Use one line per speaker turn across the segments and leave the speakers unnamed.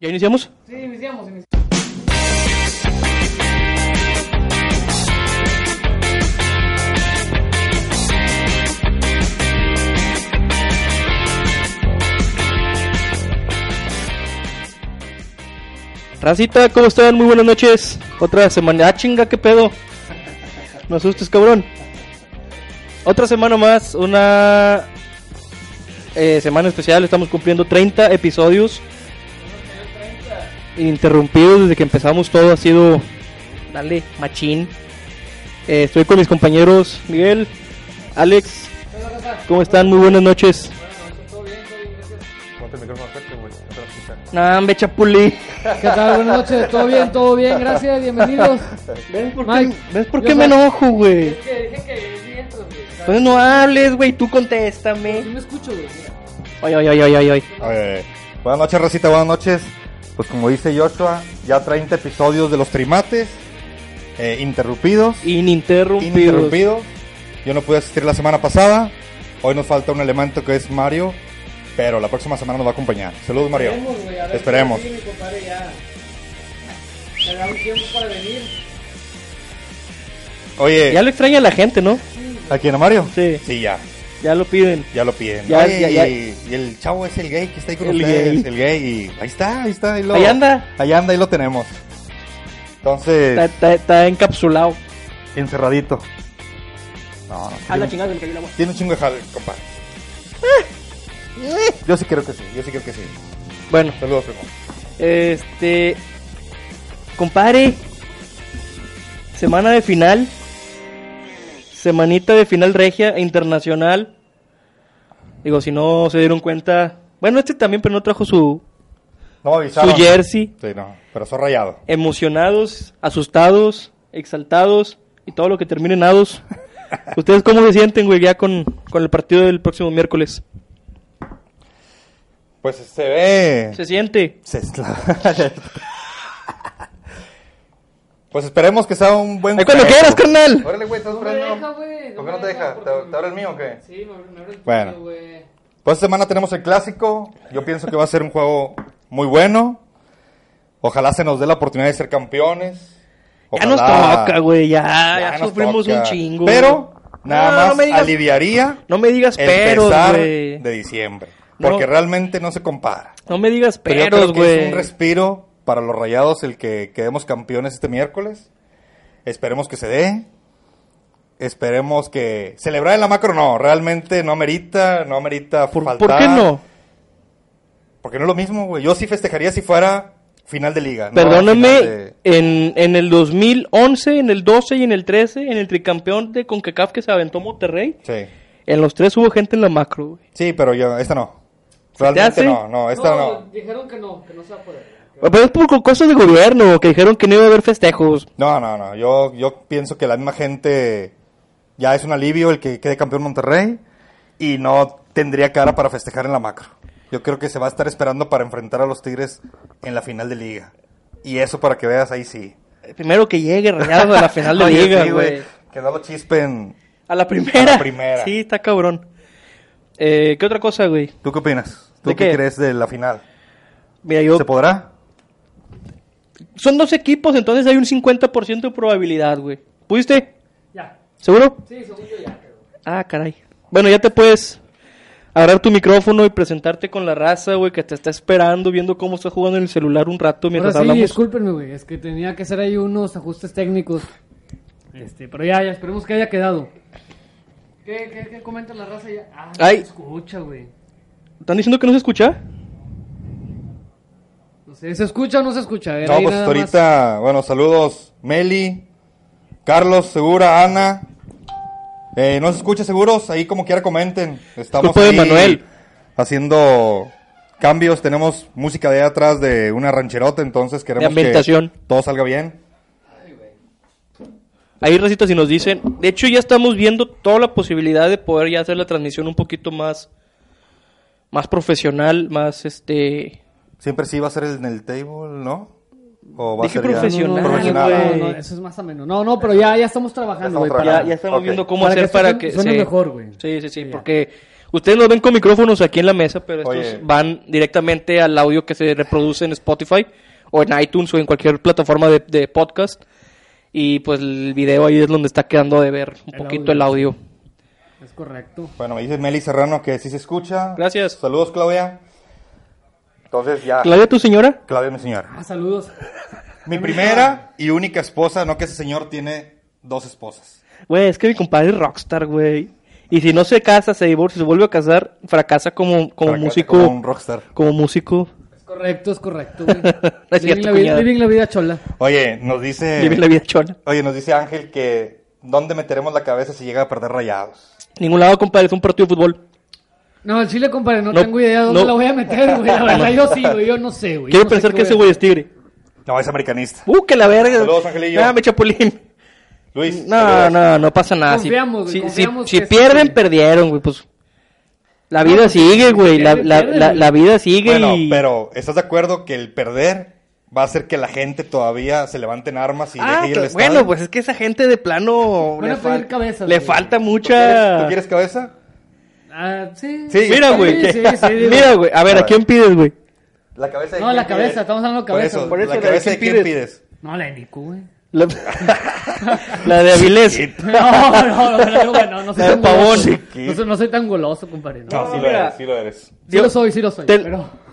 ¿Ya iniciamos?
Sí, iniciamos, iniciamos.
Racita, ¿cómo están? Muy buenas noches. Otra semana. Ah, chinga, qué pedo. No asustes, cabrón. Otra semana más, una eh, semana especial. Estamos cumpliendo 30 episodios. Interrumpidos desde que empezamos todo ha sido. Dale, machín. Eh, estoy con mis compañeros Miguel, Alex. ¿Cómo están? Muy buenas noches.
Ponte el micrófono fuerte, güey. No te lo escuchan.
Nah, me chapulí.
¿Qué tal? Buenas noches, todo bien, todo bien, gracias, bienvenidos.
¿Ves por
Mike,
qué, ¿ves por
yo
qué me
soy-
enojo, güey?
que dije que sí entro, güey. O sea,
Entonces no hables, güey, tú
sí
contéstame.
me escucho, güey. mira.
Ay, ay, ay, ay, ay, ay.
A ver, Buenas noches, Rosita, buenas noches. Pues como dice Joshua, ya 30 episodios de los trimates, eh, interrumpidos,
Ininterrumpidos.
interrumpidos. Yo no pude asistir la semana pasada. Hoy nos falta un elemento que es Mario, pero la próxima semana nos va a acompañar. Saludos, Mario.
Esperemos, güey, a ver
Esperemos.
si mi compadre ya. Le da un tiempo para venir.
Oye,
Ya lo extraña la gente, ¿no?
¿a quién, a Mario?
Sí.
Sí, ya.
Ya lo piden.
Ya lo piden.
Ya,
Oye,
ya, ya.
Y, y el chavo es el gay que está ahí con
El
ustedes.
gay.
El gay. Y ahí está, ahí está. Ahí, lo,
Ahí anda.
Ahí anda, ahí lo tenemos. Entonces,
Está, está- está encapsulado.
encerradito. No,
A
no.
la
tiene-
chingada que me cayó el agua.
Tiene un chingo de jale, compa.
Ah.
Yo sí creo que sí, yo sí creo que sí.
Bueno,
Saludos, primo.
este. Compare. Semana de final. Semanita de final regia e internacional. Digo, si no se dieron cuenta. Bueno, este también, pero no trajo su,
No me
su
avisaron.
jersey.
Sí, no, pero soy rayado.
emocionados, asustados, exaltados y todo lo que termine en ados. ¿Ustedes cómo se sienten, güey, ya con, con el partido del próximo miércoles?
Pues se ve.
¿Se siente?
Se esla- pues esperemos que sea un buen.
¡Ay, cuando
juego.
quieras, carnal!
Órale, güey, estás
No me deja, güey,
¿Por
no
qué no
me
te
deja,
deja? ¿Te,
porque-
te abre el mío o qué?
Sí, me, me abre el
Bueno.
tuyo, güey.
Pues esta semana tenemos el clásico. Yo pienso que va a ser un juego muy bueno. Ojalá se nos dé la oportunidad de ser campeones.
Ya nos
Ojalá-
toca, güey, ya, ya,
nos
sufrimos
toca.
un chingo.
Pero nada
No,
más
no me digas-
aliviaría
No me digas
el
peros,
pesar
güey.
de diciembre.
No.
Porque realmente no se compara.
No me digas
Pero yo
peros,
creo que Es
güey.
un respiro para los rayados el que quedemos campeones este miércoles. Esperemos que se dé. Esperemos que. Celebrar en la macro no, realmente no amerita, no amerita
¿Por,
faltar.
por qué no?
Porque no es lo mismo, güey. Yo sí festejaría si fuera final de liga. no
Perdóname,
final de-
en, en el 2011, en el 12 y en el 13, en el tricampeón de CONCACAF que se aventó Monterrey,
Sí.
en los tres hubo gente en la macro, güey.
Sí, pero yo, esta no.
te
Realmente
hace?
no, no, esta no.
Dijeron que no, que no se va a poder.
Pero es por co- cosas de gobierno, que dijeron que no iba a haber festejos.
No, no, no. Yo, yo pienso que la misma gente ya es un alivio el que quede campeón Monterrey y no tendría cara para festejar en la macro. Yo creo que se va a estar esperando para enfrentar a los Tigres en la final de liga. Y eso para que veas ahí sí.
Primero que llegue Rayados a la final de
Oye,
liga,
sí,
güey.
Que no lo chispen.
a la primera.
A la primera.
Sí, está cabrón. Eh, ¿Qué otra cosa, güey?
¿Tú qué opinas? ¿Tú
¿De
qué,
qué?
crees de la final?
Mira, yo...
¿Se podrá?
Son dos equipos, entonces hay un 50% de probabilidad, güey. ¿Pudiste?
Ya.
¿Seguro?
Sí, según yo ya, creo.
Ah, caray. Bueno, ya te puedes agarrar tu micrófono y presentarte con la raza, güey, que te está esperando, viendo cómo está jugando en el celular un rato mientras
Ahora sí,
hablamos.
discúlpenme, güey, es que tenía que hacer ahí unos ajustes técnicos. Este, pero ya, ya, esperemos que haya quedado. ¿Qué, qué, qué comenta la raza ya? Ah, no
Ay.
se escucha, güey.
¿Están diciendo que no se escucha?
No sé, ¿se escucha o no se escucha? A ver,
No,
ahí
pues
nada
hasta ahorita, bueno, saludos Meli, Carlos, Segura, Ana. Eh, ¿No se escucha seguros? Ahí como quiera comenten. Estamos
Culpa de
ahí
Manuel.
haciendo cambios. Tenemos música de ahí atrás de una rancherota, entonces queremos que
ambientación.
todo salga bien.
Ahí recita si nos dicen. De hecho, ya estamos viendo toda la posibilidad de poder ya hacer la transmisión un poquito más, más profesional, más este.
Siempre sí va a ser en el table, ¿no? ¿O va
Dije
a ser ya-
más. No, no, no,
profesional,
no,
güey.
no, no, eso es más ameno. No, no, pero ya, ya estamos trabajando,
Ya estamos
güey. para-
Ya,
trabajando.
ya estamos
Ok.
viendo cómo
Para que
hacer
esto
para
suene-
que
suene
se-
mejor, güey.
Sí, sí, sí,
Sí, ya.
porque Ustedes no ven con micrófonos aquí en la mesa, pero estos
Oye.
van directamente al audio que se reproduce en Spotify o en iTunes o en cualquier plataforma de, de podcast. Y pues el video ahí es donde está quedando de ver un
El
poquito el audio.
Es correcto.
Bueno, me dice Meli Serrano que sí se escucha.
Gracias.
Saludos, Claudia. Entonces ya.
Claudia, tu señora,
Claudia, mi señora.
Ah, saludos.
Mi primera y única esposa, no que ese señor tiene dos esposas.
güey, es que mi compadre es rockstar, güey. Y si no se casa, se divorcia, se vuelve a casar, fracasa como, como
Para que-
músico.
Como un rockstar.
como músico.
Es correcto, es correcto, güey.
es
living,
cierto,
la vida,
cuñada.
living la vida chola.
Oye, nos dice.
Vive la vida chona.
Oye, nos dice Ángel que. ¿Dónde meteremos la cabeza si llega a perder rayados?
Ningún lado, compadre, es un partido de fútbol.
No, el chile, compadre, no,
No,
tengo idea de dónde
no.
la voy a meter, güey. La verdad, yo sí, güey. Yo no sé, güey.
Quiero
Yo no sé
pensar
qué
que
voy a
ese güey es tigre.
No, es americanista.
¡Uh, que la verga!
Saludos, Angelillo.
Ah, me chapulín.
Luis.
No,
saludos.
no, no pasa nada. Si-
Confiamos, güey,
si,
confiamos
si- si
que sí,
pierden,
güey.
perdieron, güey, pues. La vida sigue, güey. La,
pierde,
la-
pierde,
la-
güey.
la vida sigue
Bueno,
y.
pero ¿estás de acuerdo que el perder va a hacer que la gente todavía se levante en armas y
Ah,
deje ir al
cl-
estadio?
bueno, pues es que esa gente de plano.
Van a
le
pedir
fal-
cabezas,
Le
güey.
falta
¿Tú quieres,
mucha.
tú quieres cabeza?
Ah, sí.
Sí,
Mira,
Sí,
güey.
Sí, sí, sí, digo.
Mira, güey. A ver,
A
¿a quién pides, güey?
La cabeza de
No,
quién
la cabeza,
pides?
estamos hablando de
Por
cabeza,
eso,
por eso,
la
la de
cabeza de
quién
quién
pides.
pides.
No, la de Nico, güey.
La, la de Avilés.
Chiquito.
No, no, no, no, güey, no, no soy
La de
tan goloso.
Pavón.
No, soy- no soy tan goloso, compadre. No.
No, sí lo
mira.
eres, sí lo eres.
Sí lo soy, sí lo soy,
Te-
pero...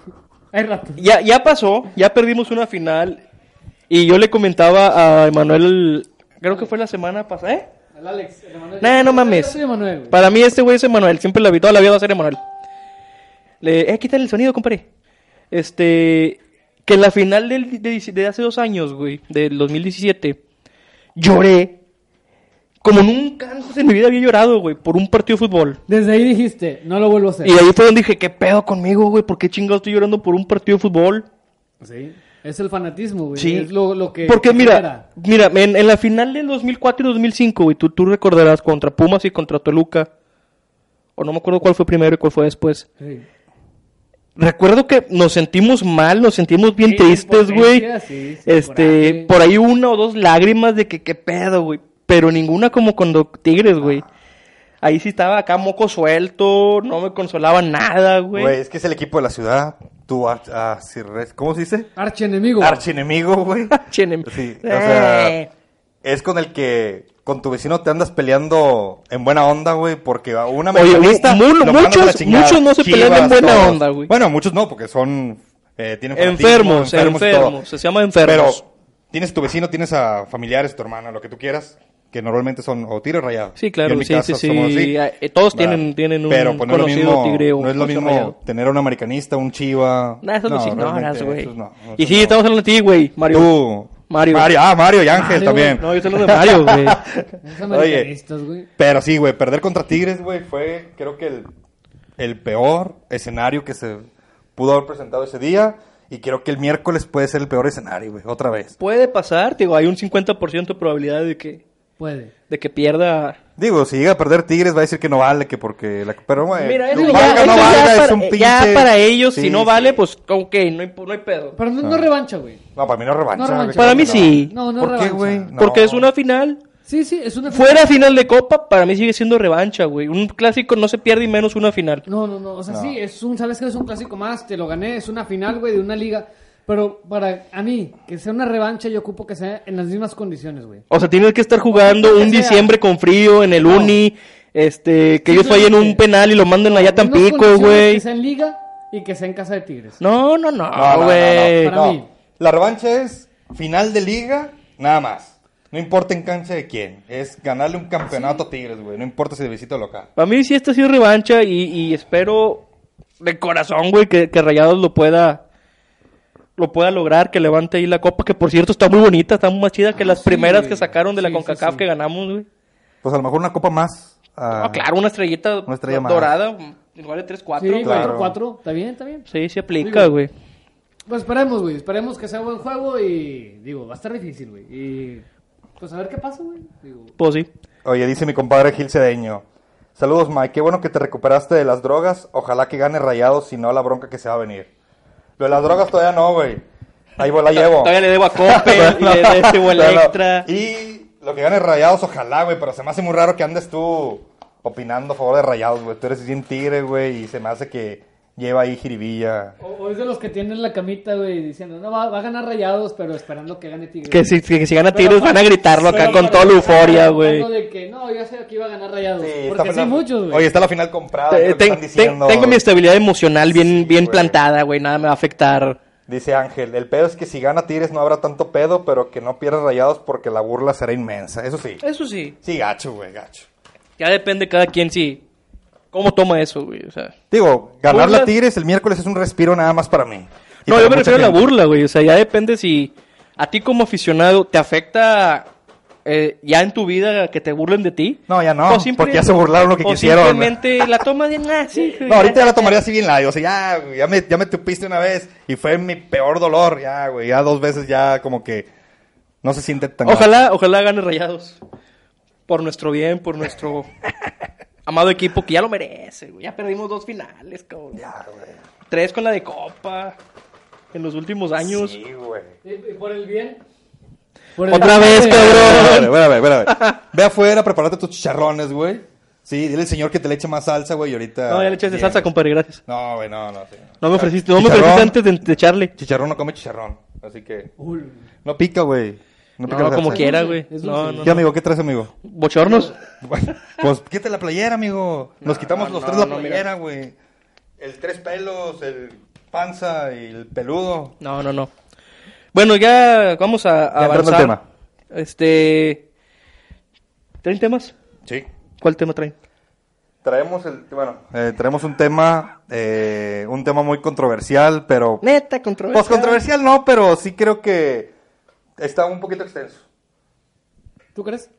Hay rato.
Ya, ya pasó, ya perdimos una final. Y yo le comentaba a Emanuel, creo que fue la semana pasada. ¿Eh?
El Alex, el Emanuel.
Nah, no mames.
Yo soy Emanuel, güey.
Para mí este güey es Emanuel, siempre la vi, toda la vida va a ser Emanuel. Le, eh, quítale el sonido, compadre. Este, que en la final del- de, de hace dos años, güey, del 2017, lloré. Como nunca antes en mi vida había llorado, güey, por un partido de fútbol.
Desde ahí dijiste, no lo vuelvo a hacer.
Y ahí fue donde dije, ¿qué pedo conmigo, güey? ¿Por qué chingado estoy llorando por un partido de fútbol?
Sí. Es el fanatismo, güey.
Sí.
Es lo, lo que...
Porque
que
mira,
genera.
mira, en, en la final del 2004 y 2005, güey, tú, tú recordarás contra Pumas y contra Toluca. O no me acuerdo cuál fue primero y cuál fue después.
Sí.
Recuerdo que nos sentimos mal, nos sentimos bien
Sí,
tristes, güey.
impotencia, sí, sí,
este,
coraje.
por ahí una o dos lágrimas de que qué pedo, güey. Pero ninguna como cuando Tigres,
Ah.
güey. Ahí sí estaba acá moco suelto, no me consolaba nada,
Güey,
güey.
es que es el equipo de la ciudad. Tu arch... ah, sí, re- ¿Cómo se dice?
Archienemigo.
Archienemigo, güey.
Chenem.
Sí, o sea,
Eh.
es con el que con tu vecino te andas peleando en buena onda, güey, porque a una
Oye,
americanista
mu- mu-
lo mandas a la
muchos-
chingada.
muchos no se pelean en buena onda, güey.
Bueno, muchos no, porque son eh, tienen fanatismo,
enfermos,
enfermos, y todo.
enfermos, se llama enfermos.
Pero tienes tu vecino, tienes a familiares, tu hermana, lo que tú quieras, que normalmente son o tiro rayado.
Sí, claro,
Yo en mi
sí,
casa
sí, sí.
somos así.
Ah, eh, todos
Va.
tienen- tienen un
Pero pues, no es lo
conocido
mismo-
tigre o
No es lo
un
mismo
rayado.
tener a un americanista, un chiva.
Nah, eso los ignoras,
realmente,
güey.
esos no,
y
esos
sí,
no.
estamos hablando de ti, güey, Mario.
Tú.
Mario.
Ah, Mario y Ángel
Mario,
también.
No, yo estoy hablando de Mario, güey.
Esos americanistas, güey.
Pero sí, güey, perder contra Tigres, güey, fue creo que el, el peor escenario que se pudo haber presentado ese día. Y creo que el miércoles puede ser el peor escenario, güey, otra vez.
Puede pasar, digo, hay un 50% de probabilidad de que,
Puede.
de que pierda.
Digo, si llega a perder Tigres va a decir que no vale, que porque... La, pero, güey,
Mira,
no
eso ya,
valga, no
eso ya
valga, es
para,
un
eh,
pinche-
ya para ellos,
Sí,
si no
sí.
vale, pues, ok, no hay, no hay pedo.
Pero no, no revancha, güey.
No, para mí no es revancha.
No revancha.
güey,
Para mí
no.
sí.
No, no
¿Por qué,
revancha.
güey?
Porque
No.
es una final.
Sí, sí, es una...
Fuera final de Copa, para mí sigue siendo revancha, güey. Un clásico no se pierde y menos una final.
No, no, no. O sea,
No.
sí, es un, sabes que es un clásico más, te lo gané, es una final, güey, de una liga. Pero para a mí, que sea una revancha, yo ocupo que sea en las mismas condiciones, güey.
O sea, tienes que estar jugando
Ojalá que
un
sea.
diciembre con frío en el
No.
uni, este, que ellos fallen un
Simplemente.
penal y lo manden allá a
Mismas
Tampico,
condiciones Que
güey.
sea en liga y que sea en casa de Tigres.
No, no,
No, no,
no,
no,
güey.
no,
Para
no.
mí.
La revancha es final de liga, nada más. No importa en cancha de quién. Es ganarle un campeonato a Tigres, güey. No importa si de visita o local.
Para mí sí esta ha sido revancha y, y espero de corazón, güey, que, que Rayados lo pueda lo pueda lograr, que levante ahí la copa, que por cierto está muy bonita, está más chida que las
sí,
primeras
güey.
que sacaron de la
Sí, sí,
CONCACAF
sí.
que ganamos, güey.
Pues a lo mejor una copa más. ah,
Ah, claro, una estrellita
Una estrella más.
dorada, igual de 3-4,
Sí,
güey.
claro.
4-4, está bien, está bien.
Sí, se aplica,
Sí,
güey.
Pues esperemos, güey, esperemos que sea buen juego y, digo, va a estar difícil, güey. Y, pues a ver qué pasa, güey. Digo,
Pues sí.
Oye, dice mi compadre Gil Cedeño. Saludos, Mike. Qué bueno que te recuperaste de las drogas. Ojalá que gane rayados, si no la bronca que se va a venir. Lo de las drogas todavía no, güey. Ahí voy, la llevo.
Todavía le debo a Coppel y le debo a
Claro.
Electra.
Y lo que gane rayados, ojalá, güey. Pero se me hace muy raro que andes tú opinando a favor de Rayados, güey. Tú eres bien tigre, güey, y se me hace que lleva ahí jiribilla.
O, o es de los que tienen la camita, güey, diciendo, no, va, va a ganar rayados, pero esperando que gane Tigres.
Que si, que si gana Tigres
Pero-
van a gritarlo acá
pero
con toda la
parece que
euforia,
están
güey.
hablando de que, no, yo sé que iba a ganar rayados.
está
porque sí,
la-
muchos,
Oye,
güey.
está la final comprada.
Te-
es lo que
ten-
están
ten-
diciendo.
tengo mi estabilidad emocional bien, bien
güey.
plantada, güey. Nada me va a afectar.
Dice Ángel, el pedo es que si gana Tigres no habrá tanto pedo, pero que no pierda Rayados porque la burla será inmensa. Eso sí.
Eso sí.
Sí, gacho, güey, gacho.
Ya depende cada quien si... ¿Cómo toma eso, güey? O sea...
Digo, ganar
Burlas.
la Tigres el miércoles es un respiro nada más para mí. Y
No,
para
yo me
mucha
refiero a la
gente.
burla, güey. O sea, ya depende si a ti como aficionado te afecta eh, ya en tu vida que te burlen de ti.
No, ya no,
O simple-
porque ya se burlaron lo que
o
quisieron.
Simplemente la toma de nada, sí. güey,
No, ahorita ya la tomaría así bien light. O sea, ya, güey, ya me, ya me tupiste una vez y fue mi peor dolor. Ya, güey, ya dos veces ya como que no se siente tan...
Ojalá, ojalá gane Rayados. Por nuestro bien, por nuestro amado equipo que ya lo merece, güey. Ya perdimos dos finales, cabrón.
Ya, güey.
Tres con la de Copa en los últimos años.
Sí, güey.
Y- y por el bien. Por el
Otra
bien
vez,
de-
cabrón.
Espera, espera, espera, espera. Ve afuera, prepárate tus chicharrones, güey. Sí, dile al señor que te le eche más salsa, güey, y ahorita...
No, ya le echaste
Bien.
salsa, compadre, gracias.
No, güey, no, no. sí.
No me ofreciste, no me
Chicharrón-
ofreciste antes de, de echarle.
Chicharrón no come chicharrón, así que...
Uy,
No pica, güey. No pica
No,
la
como
salsa.
quiera, güey.
Es dulce.
No, no,
¿Qué,
no.
amigo? ¿Qué traes, amigo?
Bochornos.
Pues quítate la playera, amigo. Nos quitamos
no,
los
no,
tres la
no, mira.
playera, güey. El tres pelos, el panza y el peludo.
No, no, no. Bueno, ya vamos a, a
Ya entrando
avanzar.
al tema.
Este. ¿Traen temas?
Sí.
¿Cuál tema traen?
Traemos el, bueno, eh, traemos un tema, eh, un tema muy controversial, pero
Neta, controversia.
pues controversial no, pero sí creo que está un poquito extenso.
¿Tú crees?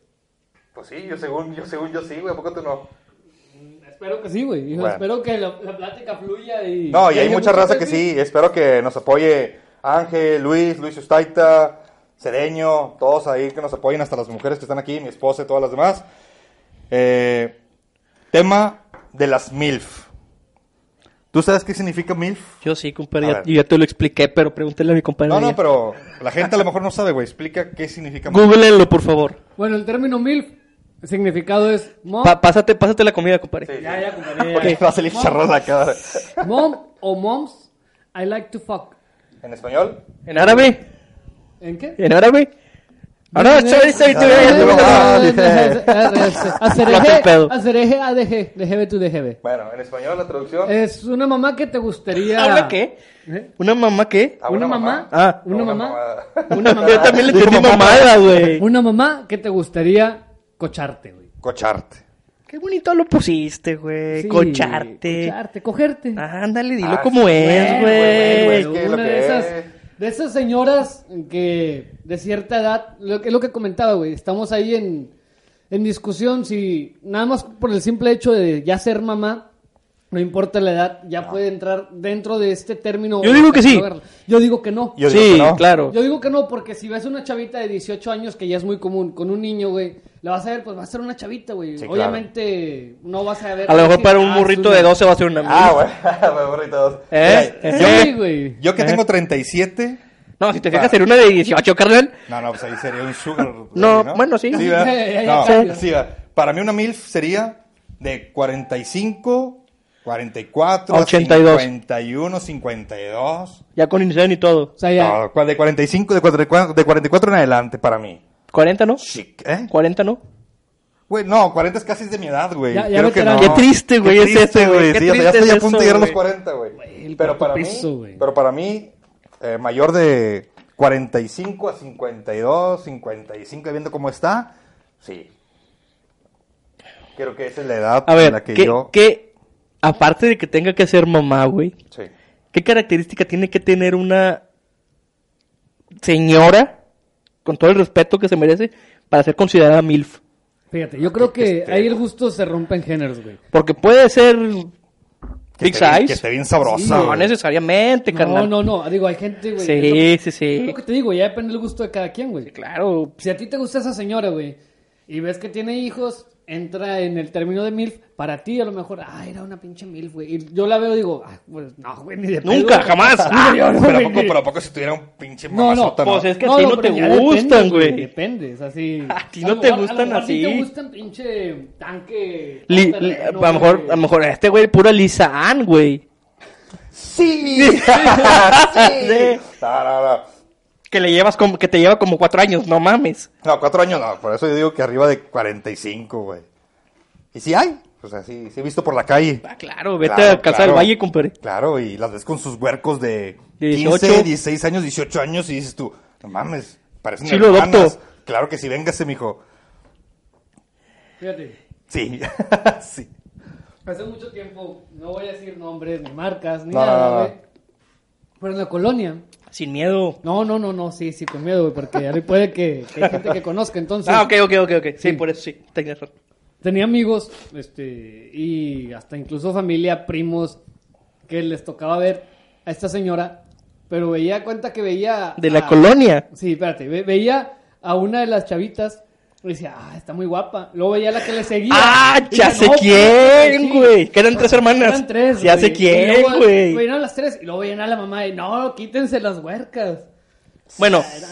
Pues sí, yo según, yo según yo sí, güey, ¿a poco tú no?
Espero que sí, güey. Yo
Bueno.
Espero que la, la plática fluya y...
No, y hay
haya
mucha
mucho
raza que sí. Espero que nos apoye Ángel, Luis, Luis Ustaita, Cedeño, todos ahí que nos apoyen, hasta las mujeres que están aquí, mi esposa y todas las demás. Eh, tema de las MILF. ¿Tú sabes qué significa MILF?
Yo sí, compadre.
A
Ya,
ver.
yo ya te lo expliqué, pero pregúntale a mi compadre.
No, no,
Daniel.
pero la gente a lo mejor no sabe, güey. Explica qué significa MILF.
Googleenlo, por favor.
Bueno, el término MILF, el significado es mom,
Pa- pásate, pásate la comida, compadre.
Sí.
ya, ya, compadre, ya,
Porque
ya.
va a salir charrón la cara.
mom o moms, I like to fuck.
¿En español?
¿En árabe?
¿En qué?
¿En árabe? Ahora, sorry, sorry,
Ah, ah,
sorry.
dice.
Bate el pedo.
Acereje, acereje, ADG, de GB to de GB.
Bueno, en español la traducción.
Es una mamá que te gustaría...
¿Ahora qué?
¿Eh?
¿Una mamá qué?
a
¿Una mamá?
Ah.
¿Una mamá?
mamada.
Una mamá. Yo también le
Dijo
entendí
mamá.
mamada, güey.
Una mamá que te gustaría cocharte, güey.
Cocharte.
Qué bonito lo pusiste, güey.
Sí,
Eh, Cocharte.
Cocharte, cogerte.
Ah, ándale, dilo
Ah,
como
sí,
es,
güey,
güey.
güey,
Pero
que lo
una
que
de
es.
esas, de esas señoras que de cierta edad, lo que, es lo que comentaba, güey, estamos ahí en, en discusión si nada más por el simple hecho de ya ser mamá, no importa la edad, ya puede entrar dentro de este término.
Yo digo que sí.
Yo digo que no.
Yo digo
sí,
que no.
claro.
Yo digo que no, porque si ves una chavita de 18 años, que ya es muy común, con un niño, güey, la vas a ver, pues va a ser una chavita, güey.
Sí, claro.
Obviamente no vas a ver.
A lo mejor
decir,
para un
"Ah, es
burrito
una-
de 12 va a ser una
Ah,
mil.
güey. Me aburrí todos.
¿Eh?
Mira,
Sí,
Yo,
güey.
que- yo que
¿Eh?
tengo 37.
No, si te
Claro.
fijas, sería una de 18, carnal.
No, no, pues ahí sería un sugar. daddy,
No, bueno, sí.
Sí, ¿verdad?
Ya, ya, ya,
No,
cambia.
sí, ¿verdad? Para mí una MILF sería de 45, 44,
82.
51, 52.
Ya con inicial y todo.
O sea, ya.
No, cual de 45, de 44, de 44 en adelante para mí.
40, ¿no?
Chic, ¿eh?
40, ¿no?
Güey, no, 40 es casi de mi edad, güey.
Ya- ya
Creo que
veterano.
no.
Qué
triste, güey,
Qué
es
triste,
eso, güey.
güey.
Qué
Sí, ya- ya
triste
estoy
es
a punto de
eso,
llegar a
güey.
los 40, güey.
el
Pero para mí,
peso, güey.
pero para mí eh, mayor de 45 a 52, 55, viendo cómo está, sí. Creo que esa es la edad
A ver,
en la que
¿qué,
yo
qué- aparte de que tenga que ser mamá, güey,
sí.
¿qué característica tiene que tener una señora, con todo el respeto que se merece, para ser considerada MILF?
Fíjate, yo creo
Que- este- que
que
esté-
ahí el gusto se rompe en géneros, güey.
Porque puede ser
Que
big
esté bien- Que
size.
esté bien sabrosa.
No
güey.
necesariamente, Este
No,
carnal.
no, no, digo, hay gente, güey.
Sí,
es
sí,
lo que-
sí.
es Lo que te digo, ya depende del gusto de cada quien, güey.
Claro,
Si a ti te gusta esa señora, güey, y ves que tiene hijos, entra en el término de MILF, para ti a lo mejor, ah, era una pinche MILF, güey. Y yo la veo y digo, ah, pues no, güey, ni de pedo,
Nunca,
güey.
jamás.
Ah, yo no,
Pero a
güey,
poco,
ni-
pero a poco si tuviera un pinche
No, no,
mamazota,
Pues es que
No,
a ti
no,
no,
pero
te
ya depende,
gustan, güey.
Depende, es así.
A ti
A
no
lo
te
mejor-
gustan
a lo mejor sí
así.
te gustan pinche tanque.
Li-
todo
li- a
terreno,
lo mejor,
güey.
a lo mejor este güey pura Lisaan, güey.
Sí.
Sí.
No, no, no.
Que le llevas como, que te lleva como cuatro años, no mames.
No, cuatro años no. Por eso yo digo que arriba de 45, güey. ¿Y si hay? O sea, sí, sí he visto por la calle.
Ah, claro, vete
Claro,
a Casa
claro.
del Valle, compadre.
Claro, y las ves con sus huercos de
18.
15, 16 años, 18 años, y dices tú, no mames, parecen
Sí, lo
hermanas.
adopto.
Claro que sí, véngase, mijo.
Fíjate,
Sí, sí.
hace mucho tiempo, no voy a decir nombres, ni marcas, ni
No, no, no,
nada, güey.
no.
Pero en la colonia.
Sin miedo.
No, no, no, no, sí, sí, con miedo, güey, porque ahí puede que, que hay gente que conozca, entonces.
Ah, ok, ok, ok, ok. Sí,
Sí.
por eso sí, tenías razón.
Tenía amigos, este, y hasta incluso familia, primos, que les tocaba ver a esta señora, pero veía cuenta que veía.
De la
a-
colonia.
Sí, espérate, ve- veía a una de las chavitas y decía, ah, está muy guapa. Luego veía a la que le seguía.
Ah,
Y
ya
decía,
sé
"No,
quién,
sí".
güey. Que eran tres hermanas.
Eran tres,
Ya
güey.
sé quién,
Y luego,
güey.
Veían a las tres y luego veían a la mamá y, no, quítense las huercas.
Bueno, ya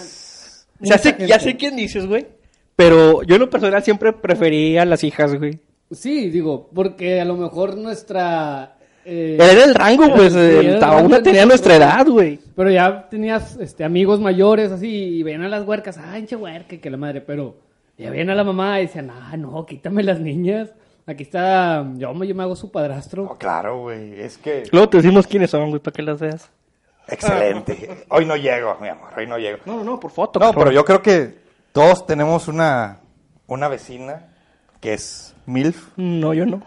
mucha
sé, ya
gente.
sé quién dices, güey. Pero yo en lo personal siempre prefería a las hijas, güey.
Sí, digo, porque a lo mejor nuestra... eh,
Era el rango,
era-
pues.
sí,
eh,
era el
cada
rango
una
de
tenía nuestra
nosotros,
edad, güey.
Pero ya tenías este, amigos mayores así y veían a las huercas, ah, hinche huerca, y que la madre, pero ya veían a la mamá y decían, ah, no, quítame las niñas, aquí está, yo me, yo me hago su padrastro.
No, claro, güey, es que...
Luego te decimos quiénes son, güey, para que las veas.
Excelente. Hoy no llego, mi amor, hoy no llego.
No, no, no, por foto.
No,
por
pero
favor.
yo creo que todos tenemos una, una vecina que es MILF.
No, yo no.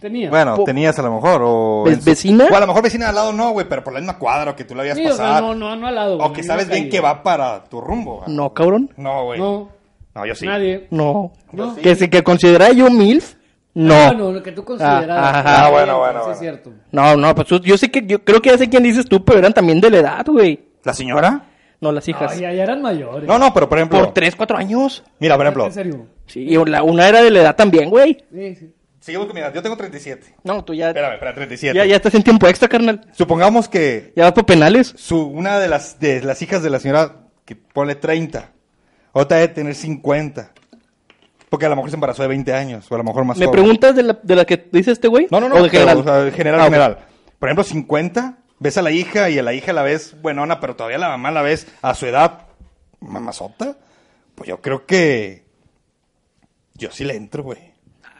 Tenía.
Bueno,
Po-
tenías a lo mejor, o...
¿Ve-
en su-
vecina?
O a lo mejor vecina de al lado no, güey, pero por la misma cuadra o que tú la habías
Sí, o sea,
pasado.
no, no, no al lado.
O
güey,
que
no
sabes bien
caí.
que va para tu rumbo. güey.
No, cabrón.
No, güey. No.
No,
yo sí.
nadie.
No.
No.
Que si que considerara yo MILF,
Ah,
no.
no, lo que tú consideras.
Ah, ajá.
Ah, bueno, bueno,
Sí,
bueno.
es cierto.
No, no, pues tú- yo sé que, yo creo que ya sé quién dices tú, pero eran también de la edad, güey.
¿La señora?
No, las hijas.
No, ya, ya eran mayores.
No, no, pero por ejemplo.
Por tres, cuatro años.
Mira, por ejemplo.
En serio.
Sí, y la- una era de la edad también, güey.
Sí, sí.
Sigamos con mi edad. Yo tengo 37.
No, tú ya,
Espérame, espera, 37.
ya, ya estás en tiempo extra, carnal.
Supongamos que
Ya vas por penales.
su, una de las, de las hijas de la señora, que pone 30, otra debe tener 50. Porque a lo mejor se embarazó de 20 años, o a lo mejor más
¿Me
joven.
preguntas de la, de la que dice este güey?
No, no, no.
¿O de
pero,
general?
o sea, general,
Ah, ok.
general. Por ejemplo, 50, ves a la hija y a la hija la ves buenona, pero todavía la mamá la ves a su edad mamazota. Pues yo creo que yo sí le entro, güey.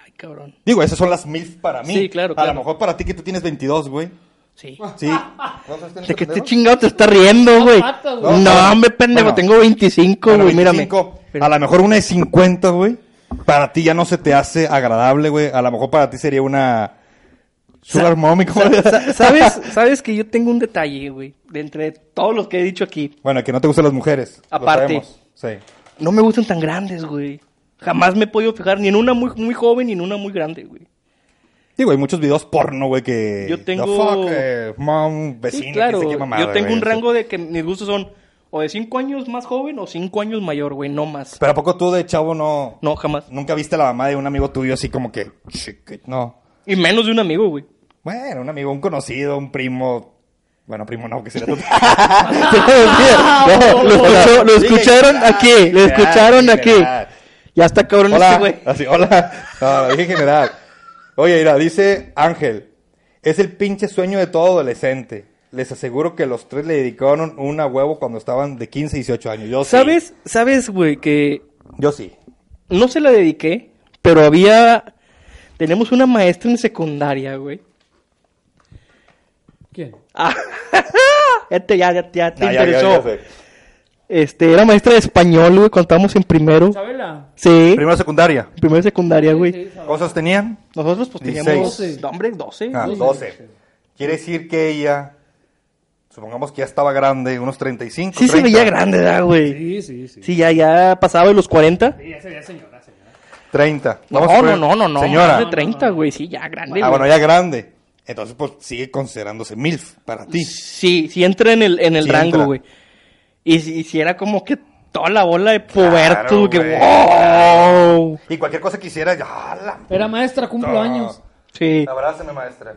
Ay, cabrón.
Digo, esas son las mil para mí.
Sí, claro,
A
claro.
lo mejor para ti que tú tienes 22, güey.
Sí.
Sí. ¿Cuántos años
¿De
tienes,
qué te
pendejo?
chingado te estás riendo, güey?
patas,
No,
güey.
hombre, pendejo,
Bueno.
tengo 25,
Bueno,
güey, mírame.
25. A lo mejor una de 50, güey. Para ti ya no se te hace agradable, güey. A lo mejor para ti sería una sugar mommy. ¿cómo le-
Sa- ¿Sabes, sabes que yo tengo un detalle, güey, de entre todos los que he dicho aquí.
Bueno, que no te gustan las mujeres. lo
Aparte.
sabemos. Sí.
No me gustan tan grandes, güey. Jamás me he podido fijar ni en una muy, muy joven ni en una muy grande, güey.
Digo, hay muchos videos porno, güey, que...
Yo tengo-
The fuck, eh, mom,
Sí,
vecina, que
claro.
sé qué mamada,
yo tengo
güey,
un
sí.
rango de que mis gustos son o de 5 años más joven o 5 años mayor, güey, no más.
Pero ¿a poco tú de chavo no...
No, jamás.
Nunca viste a la mamá de un amigo tuyo así como que... "Chica", No.
Y menos de un amigo, güey.
Bueno, un amigo, un conocido, un primo... Bueno, primo no, que sería tu...
Ah, No, lo, escuchó- lo escucharon aquí, lo escucharon aquí. Ya está cabrón este,
Hola.
güey.
Así, hola. No, dije en general. Oye, mira, dice Ángel. Es el pinche sueño de todo adolescente. Les aseguro que los tres le dedicaron una huevo cuando estaban de 15 y 18 años. Yo Oh, sí.
¿Sabes, sabes, güey, que
Yo sí.
no se la dediqué, pero había... Tenemos una maestra en secundaria, güey.
¿Quién?
Ah, este ya, ya, ya te
Ah, ya, ya,
interesó.
ya sé.
Este, era maestra de español, güey, cuando estábamos en primero.
Isabela.
Sí,
Primero secundaria.
primero de secundaria, güey.
Sí, Isabela.
¿Cosas tenían?
Nosotros pues teníamos...
16.
No, hombre, 12.
Ah,
Sí,
12. Quiere decir que ella, supongamos que ya estaba grande, unos 35.
sí se
30,
veía grande, ¿verdad, güey?
Sí, sí, sí.
Sí, ya, ya pasaba de los 40.
Sí, ya se veía señora, señora.
30.
No,
Vamos a
no,
poner-
no, no, no.
Señora.
Más de 30, güey, sí, ya grande.
Ah,
güey.
bueno, ya grande. Entonces, pues sigue considerándose MILF para ti.
Sí, sí entra en el, en el
Sí
rango,
entra.
güey. Y si, y si era como que toda la bola de pubertos,
Claro,
que
güey.
wow.
Y cualquier cosa que hiciera, ya, ¡ah, la
Era maestra, cumplo
puta!
años.
Sí.
Abrázame, maestra.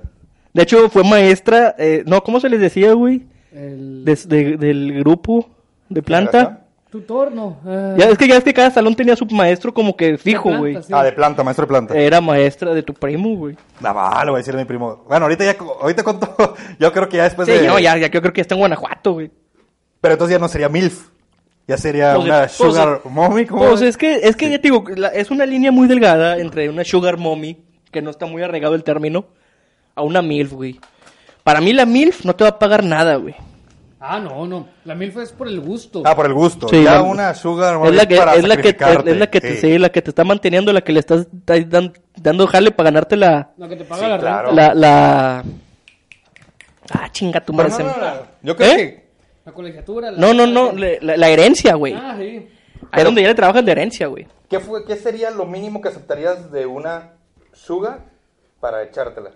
De hecho, fue maestra, eh, no, ¿cómo se les decía, güey?
El
Des- de- del grupo de planta.
tutor, no. ah,
Ya es que ya es que cada salón tenía su maestro como que fijo,
planta,
güey.
sí.
Ah, de planta, maestro de planta.
Era maestra de tu primo, güey.
Nada más, le voy a decir a mi primo. Bueno, ahorita ya, ahorita cuento. Yo creo que ya después
Sí,
de.
no, ya, ya yo creo que ya está en Guanajuato, güey.
Pero entonces ya no sería MILF. Ya sería
Pues,
una
pues,
Sugar Mommy. ¿cómo
Pues
es?
es que, es que ya te digo, la- es una línea muy delgada entre una sugar mommy, que no está muy arraigado el término, a una MILF, güey. Para mí la MILF no te va a pagar nada, güey.
Ah, no, no. La mil fue por el gusto.
Ah, por el gusto.
Sí,
ya
la-
una Sugar Mommy.
Es la que,
para
es la que,
sacrificarte.
es la que te,
Sí.
sí, la que te está manteniendo, la que le estás da- dan- dando jale para ganarte la,
La que te paga
Sí,
la
claro.
renta.
la, la... Ah, chinga tu
Pero
madre.
no,
se me-
no, no, Yo creo
¿Eh?
que.
La colegiatura. la-
No, no, no, le- la, la herencia, güey.
Ah, sí.
Ahí es donde ya le trabajas la herencia, güey.
¿Qué, fue, ¿Qué sería lo mínimo que aceptarías de una Sugar para echártela?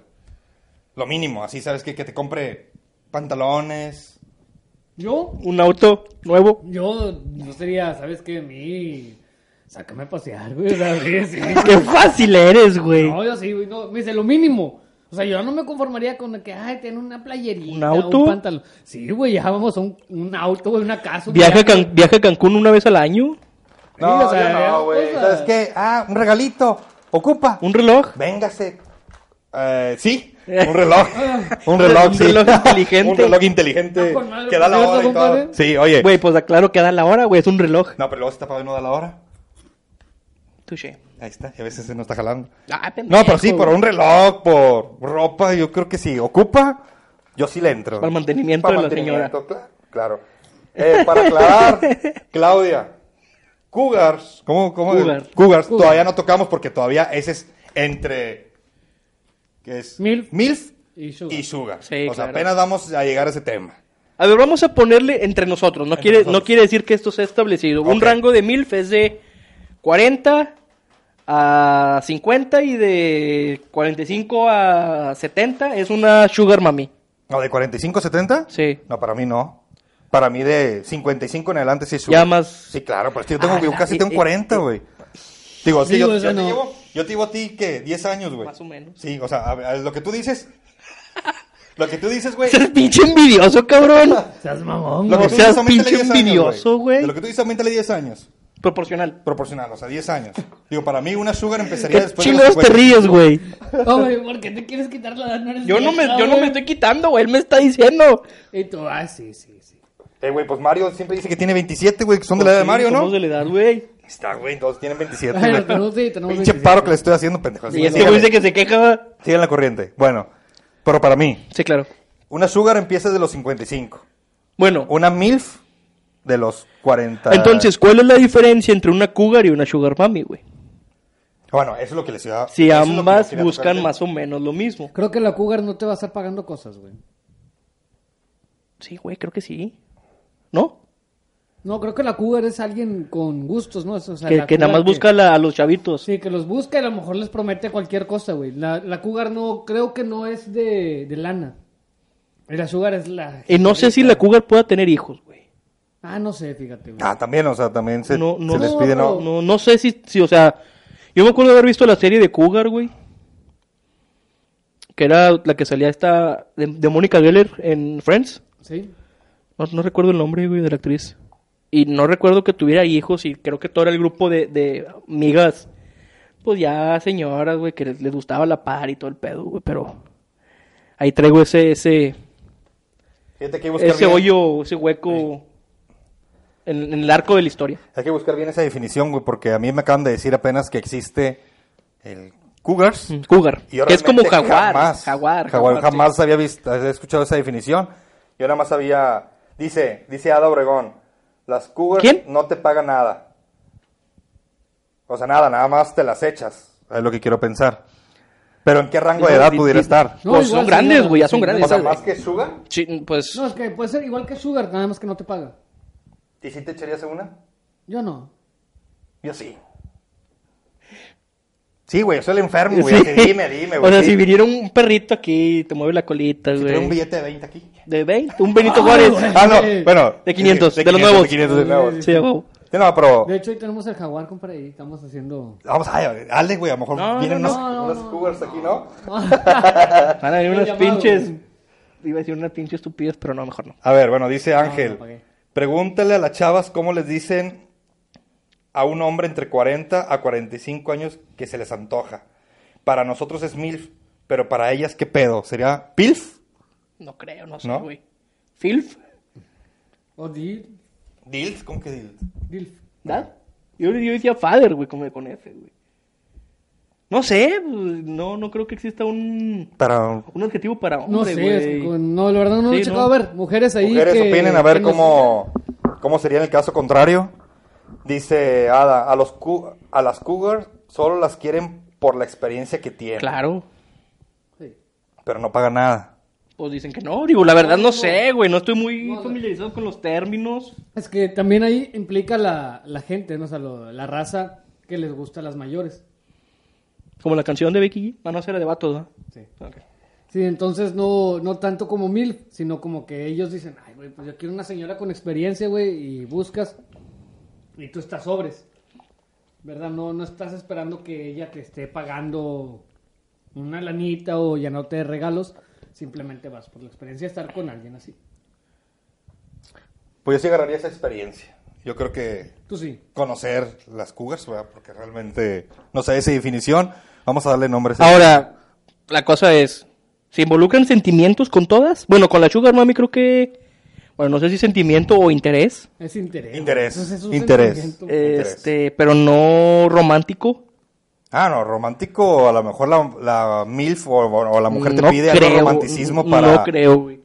Lo mínimo, así sabes que, que te compre pantalones.
Yo,
Un auto nuevo.
yo no sería, ¿sabes qué? Mi. Sácame a pasear, güey. ¿sabes? Sí.
Qué fácil eres, güey.
No, yo sí, güey. No, me dice lo mínimo. O sea, yo no me conformaría con que, ay, tiene una playerita.
¿Un auto?
Un pantalón. Sí, güey, ya vamos a un, un auto, güey, una casa. un
Viaja a,
viaje.
Can- viaja a Cancún una vez al año.
No,
Sí, o sea,
yo no, güey.
cosas.
¿Sabes qué? Ah, un regalito. Ocupa.
Un reloj.
Véngase. Eh, sí, un reloj. un reloj,
Un
sí.
reloj inteligente.
un reloj inteligente
Ah, con madre,
que da la
¿cierto,
hora y
compadre?
todo. Sí, oye.
Güey, pues aclaro que da la hora, güey. Es un reloj.
Eh. No, pero luego si está pagando da la hora.
Touché.
Ahí está, a veces se nos está jalando.
Ah, pendejo,
No, pero sí, por
güey.
un reloj, por ropa, yo creo que sí. Ocupa, yo sí le entro.
Para el mantenimiento de la
mantenimiento, Claro. claro. Eh, para aclarar, Claudia, Cougars, ¿cómo? cómo
Cougar.
Cougars,
Cougar.
todavía no tocamos porque todavía ese es entre... ¿Qué es?
Milf.
Milf
Y yo.
y Sugar.
Sí,
o sea,
claro.
apenas vamos a llegar a ese tema.
A ver, vamos a ponerle entre nosotros. No, quiere, no
nosotros.
quiere decir que esto sea establecido. Un
Ok.
rango de MILF es de 40 a 50 y de 45 a 70 es una Sugar Mami.
¿No, de 45 a 70?
Sí.
No, para mí no. Para mí de 55 en adelante sí es Sugar.
Ya más-
Sí, claro, pero es que yo tengo,
Ah,
yo
la-
casi
eh,
tengo
eh,
40,
eh.
güey. Digo, sí,
Digo,
yo,
eso
yo te
no.
llevo, yo te llevo a ti, ¿qué? 10 años, güey.
Más o menos.
Sí, o sea, a ver, a lo que tú dices... Lo que tú dices, güey...
Ese es pinche envidioso, cabrón.
Seas mamón,
Lo
no
que
güey.
tú
seas
dices, auméntale
pinche
10 años,
envidioso, güey.
De Lo que tú dices, aumentale 10 años.
Proporcional.
Proporcional, o sea, 10 años. Digo, para mí una Sugar empezaría
¿Qué
después
chingados te
50.
ríes, güey?
No, güey, ¿por qué te quieres quitar la edad? No eres
Yo no me,
vieja,
yo no me
güey.
estoy quitando, güey. Él me está diciendo.
Y tú, ah, sí, sí, sí.
Eh, güey, pues Mario siempre dice que tiene 27, güey, que son de la edad de
Pues Sí,
Mario, ¿no?
somos de la edad, güey.
Ahí Está, güey, todos tienen 27.
Ay,
güey.
tenemos- sí, tenemos
Pinche
27.
paro que le estoy haciendo, pendejo.
Y este
Síganle.
güey dice que se queja.
Sigan la corriente. Bueno, pero para mí,
Sí, claro.
una Sugar empieza de los 55.
Bueno,
Una MILF de los 40.
entonces, ¿cuál es la diferencia entre una cougar y una sugar mami, güey?
Bueno, eso es lo que les iba
Si
eso es lo que les
ambas
quería
buscan
tocar.
más o menos lo mismo.
Creo que la cougar no te va a estar pagando cosas, güey.
Sí, güey, creo que sí. ¿No?
No, creo que la cougar es alguien con gustos, ¿no? O sea,
que
la
que nada
cougar
más busca la- a los chavitos.
Sí, que los busca y a lo mejor les promete cualquier cosa, güey. La, la cougar no, creo que no es de, de lana. Y La sugar es la...
Y no sé si la cougar pueda tener hijos, güey.
Ah, no sé, fíjate, güey.
Ah, también, o sea, también se,
No, no,
se les pide, ¿no?
No, no sé si, si, o sea, yo me acuerdo de haber visto la serie de Cougar, güey. Que era la que salía esta de, de Mónica Geller en Friends.
¿Sí?
No, no recuerdo el nombre, güey, de la actriz. Y no recuerdo que tuviera hijos y creo que todo era el grupo de, de amigas. Pues ya señoras, güey, que les, les gustaba la par y todo el pedo, güey, pero... Ahí traigo ese, ese,
Fíjate Pues que hay que buscar
ese
bien-
hoyo, ese hueco en, en el arco de la historia.
Hay que buscar bien esa definición, güey, porque a mí me acaban de decir apenas que existe el Cougars.
Mm, Cougar.
Y yo
Que es como
realmente
jaguar.
jamás-
jaguar.
Jaguar,
jaguar, sí.
jamás había visto, había escuchado esa definición. Yo nada más había. Dice, dice Ada Obregón, las cougars
¿Quién?
no te pagan nada. O sea, nada, nada más te las echas. Es lo que quiero pensar. Pero ¿en qué rango de
No,
edad
di-
pudiera
di-
estar?
No,
pues
igual,
son grandes,
señora,
güey, ya son
sí,
grandes.
O sea,
¿sabes?
más que sugar.
Sí, pues,
No, es que puede ser igual que sugar, nada más que no te paga.
¿Y si te echarías una?
Yo no.
Yo sí. Sí, güey, yo soy el enfermo, güey.
sí.
así, Dime, dime,
O
güey.
sea,
sí.
si viniera un perrito aquí y te mueve la colita,
Trae un
güey.
billete de 20 aquí.
De 20, un Benito Juárez.
güey.
Ah, no, bueno.
De 500, de los
500,
nuevos.
de 500 de nuevos.
Sí, a huevo.
Sí, no, pero.
De hecho, hoy tenemos el jaguar, compadre, y estamos haciendo...
Vamos, ay, Ale, güey, a lo mejor
No,
vienen
no,
unos,
no, no,
unos
no,
cougars aquí, ¿no?
Van a venir
Sí,
unas
llamado,
pinches.
güey.
Iba a decir unas pinches estupidez, pero no, mejor no.
A ver, bueno, dice
no,
Ángel.
apagué.
pregúntale a las chavas cómo les dicen a un hombre entre 40 a 45 años que se les antoja. Para nosotros es MILF, pero para ellas, ¿qué pedo? ¿Sería PILF?
No creo, no sé,
¿No?
güey. ¿Filf?
O Dil-
¿DILF? ¿Cómo que DILF?
Dilf.
¿Da? Yo, yo decía father, güey, como con F, güey. No sé, pues, no, no creo que exista un,
Para...
un adjetivo para hombre,
No sé, es que
güey.
con- no, la verdad no lo he
Sí,
checado.
¿no?
A ver, mujeres ahí
Mujeres
que...
opinen a ver
que nos-
cómo, cómo sería en el caso contrario. Dice Ada, a, los cu- a las cougars solo las quieren por la experiencia que tienen,
Claro.
Sí.
pero no pagan nada.
Pues dicen que no, digo, la verdad no sé, güey, no estoy muy
No, no.
familiarizado con los términos.
Es que también ahí implica la, la gente, ¿no? O sea, lo- la raza que les gusta a las mayores.
Como la canción de Becky G, a no ser de vatos, ¿no?
Sí.
Ok.
Sí, entonces no, no tanto como mil, sino como que ellos dicen, ay, güey, pues yo quiero una señora con experiencia, güey, y buscas, y tú estás sobres, ¿verdad? No, no estás esperando que ella te esté pagando una lanita o ya no te dé regalos, simplemente vas por la experiencia de estar con alguien así.
Pues yo sí agarraría esa experiencia. Yo creo que
Tú sí.
conocer las cougars, ¿verdad? Porque realmente no sé esa definición. Vamos a darle nombres.
Ahora, la cosa es, ¿se involucran sentimientos con todas? Bueno, con la Sugar Mami creo que, bueno, no sé si sentimiento o interés,
Es interés.
Interés,
Entonces, es un
interés.
sentimiento.
Interés.
este, pero no romántico.
Ah, no, romántico, a lo mejor la, la MILF o, o la mujer te
No
pide algo de
creo,
romanticismo
no
para...
creo, güey.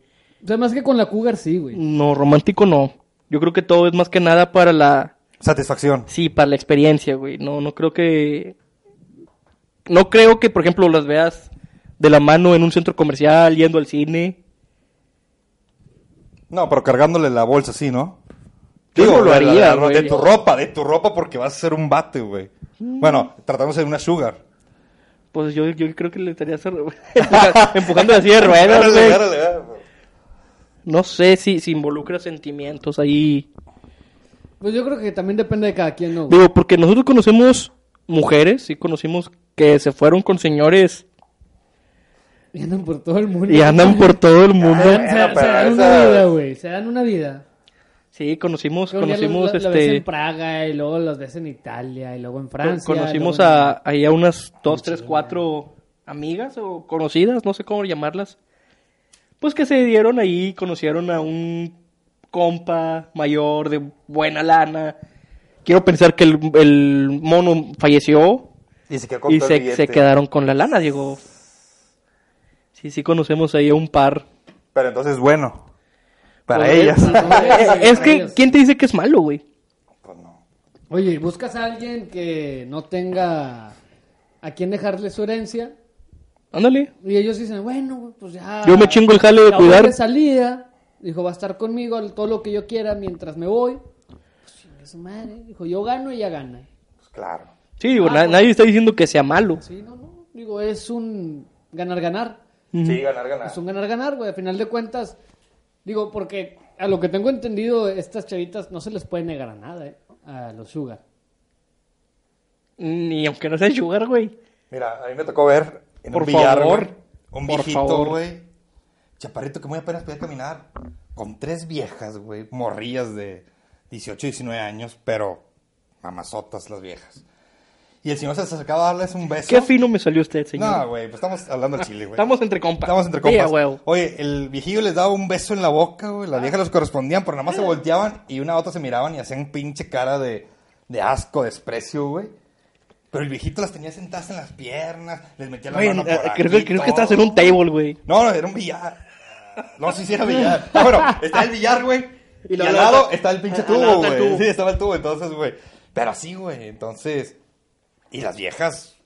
O sea, más que con la cougar, sí, güey.
No, romántico no. Yo creo que todo es más que nada para la...
Satisfacción.
Sí, para la experiencia, güey. No, no creo que... No creo que, por ejemplo, las veas de la mano en un centro comercial, yendo al cine.
No, pero cargándole la bolsa, sí, ¿no?
Yo no lo
de-
haría,
de- de-
güey.
de tu ropa, de tu ropa porque vas a ser un bate, güey.
Mm.
Bueno, tratándose de una sugar.
Pues yo, yo creo que le estaría hacer- empuja- empujando así de ruedas,
Agárrale,
güey.
agárrale, agárrale.
No sé si, si involucra sentimientos ahí.
Pues yo creo que también depende de cada quien, ¿no? güey?
Digo, porque nosotros conocemos mujeres, sí conocimos que se fueron con señores
Y andan por todo el mundo.
y andan por todo el mundo.
Se,
Bueno,
se
pero
dan una
esa-
vida, güey. Se dan una vida.
Sí, conocimos,
Creo que ya
conocimos,
lo- lo- lo ves
este...
en Praga y luego los ves en Italia y luego en
Con-
Francia.
conocimos
luego en-
a, ahí a unas dos, tres, cuatro amigas o conocidas, no sé cómo llamarlas. Pues que se dieron ahí, conocieron a un compa mayor de buena lana. Quiero pensar que el, el mono falleció
Y se quedó con
y
todo el
se, se
billete.
quedaron con la lana, digo. Sí, sí conocemos ahí a un par.
Pero entonces, bueno, para
Pues,
ellas.
ellas.
Es que,
Ellos.
¿quién te dice que es malo, güey?
Pues no.
Oye, buscas a alguien que no tenga a quien dejarle su herencia
Ándale.
y ellos dicen, bueno, güey, pues ya.
Yo me chingo el jale de
la hora
cuidar.
de salida. Dijo, va a estar conmigo al- todo lo que yo quiera mientras me voy. Pues, chingue su madre. Dijo, yo gano y ella gana.
Pues claro.
Sí,
Ah,
digo,
pues.
na- nadie está diciendo que sea malo.
Sí, no, no. Digo, es un ganar-ganar.
Sí, ganar, ganar.
Es un ganar-ganar, güey. Al final de cuentas, digo, porque a lo que tengo entendido, estas chavitas no se les puede negar a nada, ¿eh? A los Sugar.
Ni aunque no sea jugar, güey.
Mira, a mí me tocó ver en
Por
un billar,
favor.
güey, un
Por
viejito,
favor.
güey, chaparrito que muy apenas podía caminar, con tres viejas, güey, morrillas de 18, 19 años, pero mamazotas las viejas. Y el señor se les acercaba a darles un beso.
Qué fino me salió usted, señor.
No, güey, pues estamos hablando al chile, güey.
Estamos entre compas.
Estamos entre
Sí,
compas.
a huevo. Ah.
Oye, el viejillo les daba un beso en la boca, güey. Las viejas los correspondían, pero nada más se volteaban y una a otra se miraban y hacían pinche cara de, de asco, desprecio, güey. Pero el viejito las tenía sentadas en las piernas, les metía la
Güey,
mano por
eh, creo,
aquí,
que- creo que
todo.
estás en un table, güey.
No, no, era un billar. No, sí, sí era billar. Ah, bueno, está el billar, güey. Y,
Y la
al
otra-
lado está el pinche
al lado
tubo,
está el
güey.
tubo.
Sí, estaba el tubo, entonces, güey. Pero así, güey, entonces... Y las viejas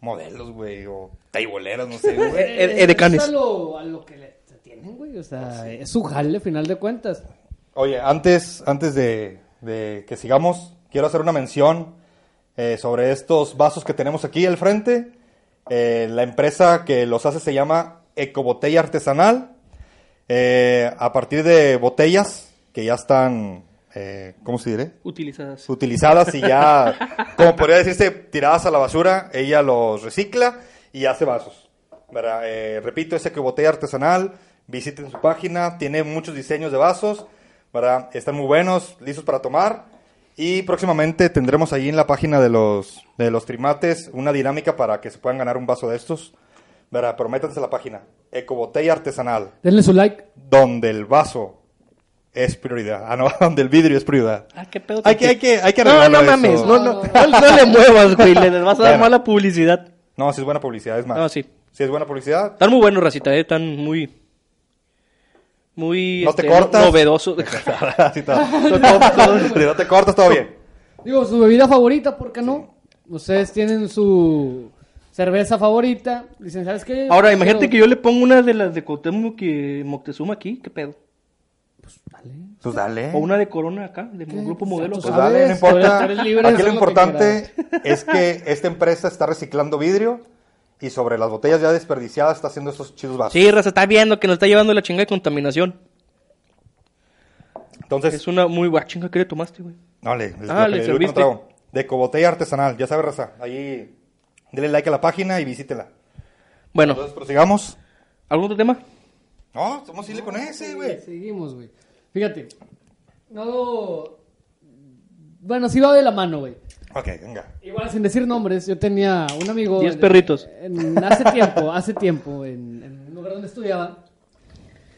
modelos, güey, o taiboleras, no sé, güey.
Eh, eh, de canes.
Es a lo, a lo que le tienen, güey. O sea, es su jale, al final de cuentas.
Oye, antes, antes de, de que sigamos, quiero hacer una mención eh, sobre estos vasos que tenemos aquí al frente. Eh, la empresa que los hace se llama Ecobotella Artesanal. Eh, a partir de botellas que ya están eh, ¿cómo se diré?
Utilizadas.
Utilizadas y ya, como podría decirse, tiradas a la basura, ella los recicla y hace vasos. ¿verdad? Eh, repito, ese que botella artesanal, visiten su página, tiene muchos diseños de vasos, ¿verdad? están muy buenos, listos para tomar. Y próximamente tendremos ahí en la página de los, de los trimates una dinámica para que se puedan ganar un vaso de estos. ¿verdad? Pero métanse a la página, Ecobotella Artesanal
Denle su like.
donde el vaso es prioridad. Ah, no, donde el vidrio es prioridad.
Ah, qué pedo.
Hay que, hay que, hay que
No, no
arreglarlo
mames.
eso.
No, no, no, no le muevas, güey. Le vas a dar
Bueno.
mala publicidad.
No, si es buena publicidad, es más.
No, sí.
Si es buena publicidad,
Están muy buenos, racita, eh. Están muy. Muy. este,
No te cortas.
Novedosos.
así todo. Si no te cortas, todo bien.
Digo, su bebida favorita, ¿por qué no? Ustedes tienen su cerveza favorita. Dicen, ¿sabes qué?
Ahora, imagínate que yo le pongo una de las de Cuauhtémoc que Moctezuma aquí. ¿Qué pedo?
Pues dale.
O una de Corona acá, de un grupo modelo.
Pues
Pues
acá.
dale, no
¿Sabes? Podrías
importa.
estar libre de
Aquí
hacer
lo
lo que
importante es que esta empresa está reciclando vidrio y sobre las botellas ya desperdiciadas está haciendo estos chidos vasos.
Sí, raza, está viendo que nos está llevando la chinga de contaminación.
Entonces,
Es una muy buena chinga que le tomaste, güey.
No, le, le-
Ah, le
le- le- le-
serviste.
trago. De cobotella artesanal, ya sabes, raza. Ahí, dele like a la página y visítela.
Bueno,
Entonces, prosigamos.
¿algún otro tema?
No, somos Chile con ese, güey.
Seguimos, güey. Fíjate. No. Bueno, sí va de la mano, güey.
Ok, venga.
Igual, sin decir nombres, yo tenía un amigo.
Diez
en-
perritos.
en- hace tiempo, hace tiempo, en, en un lugar donde estudiaba.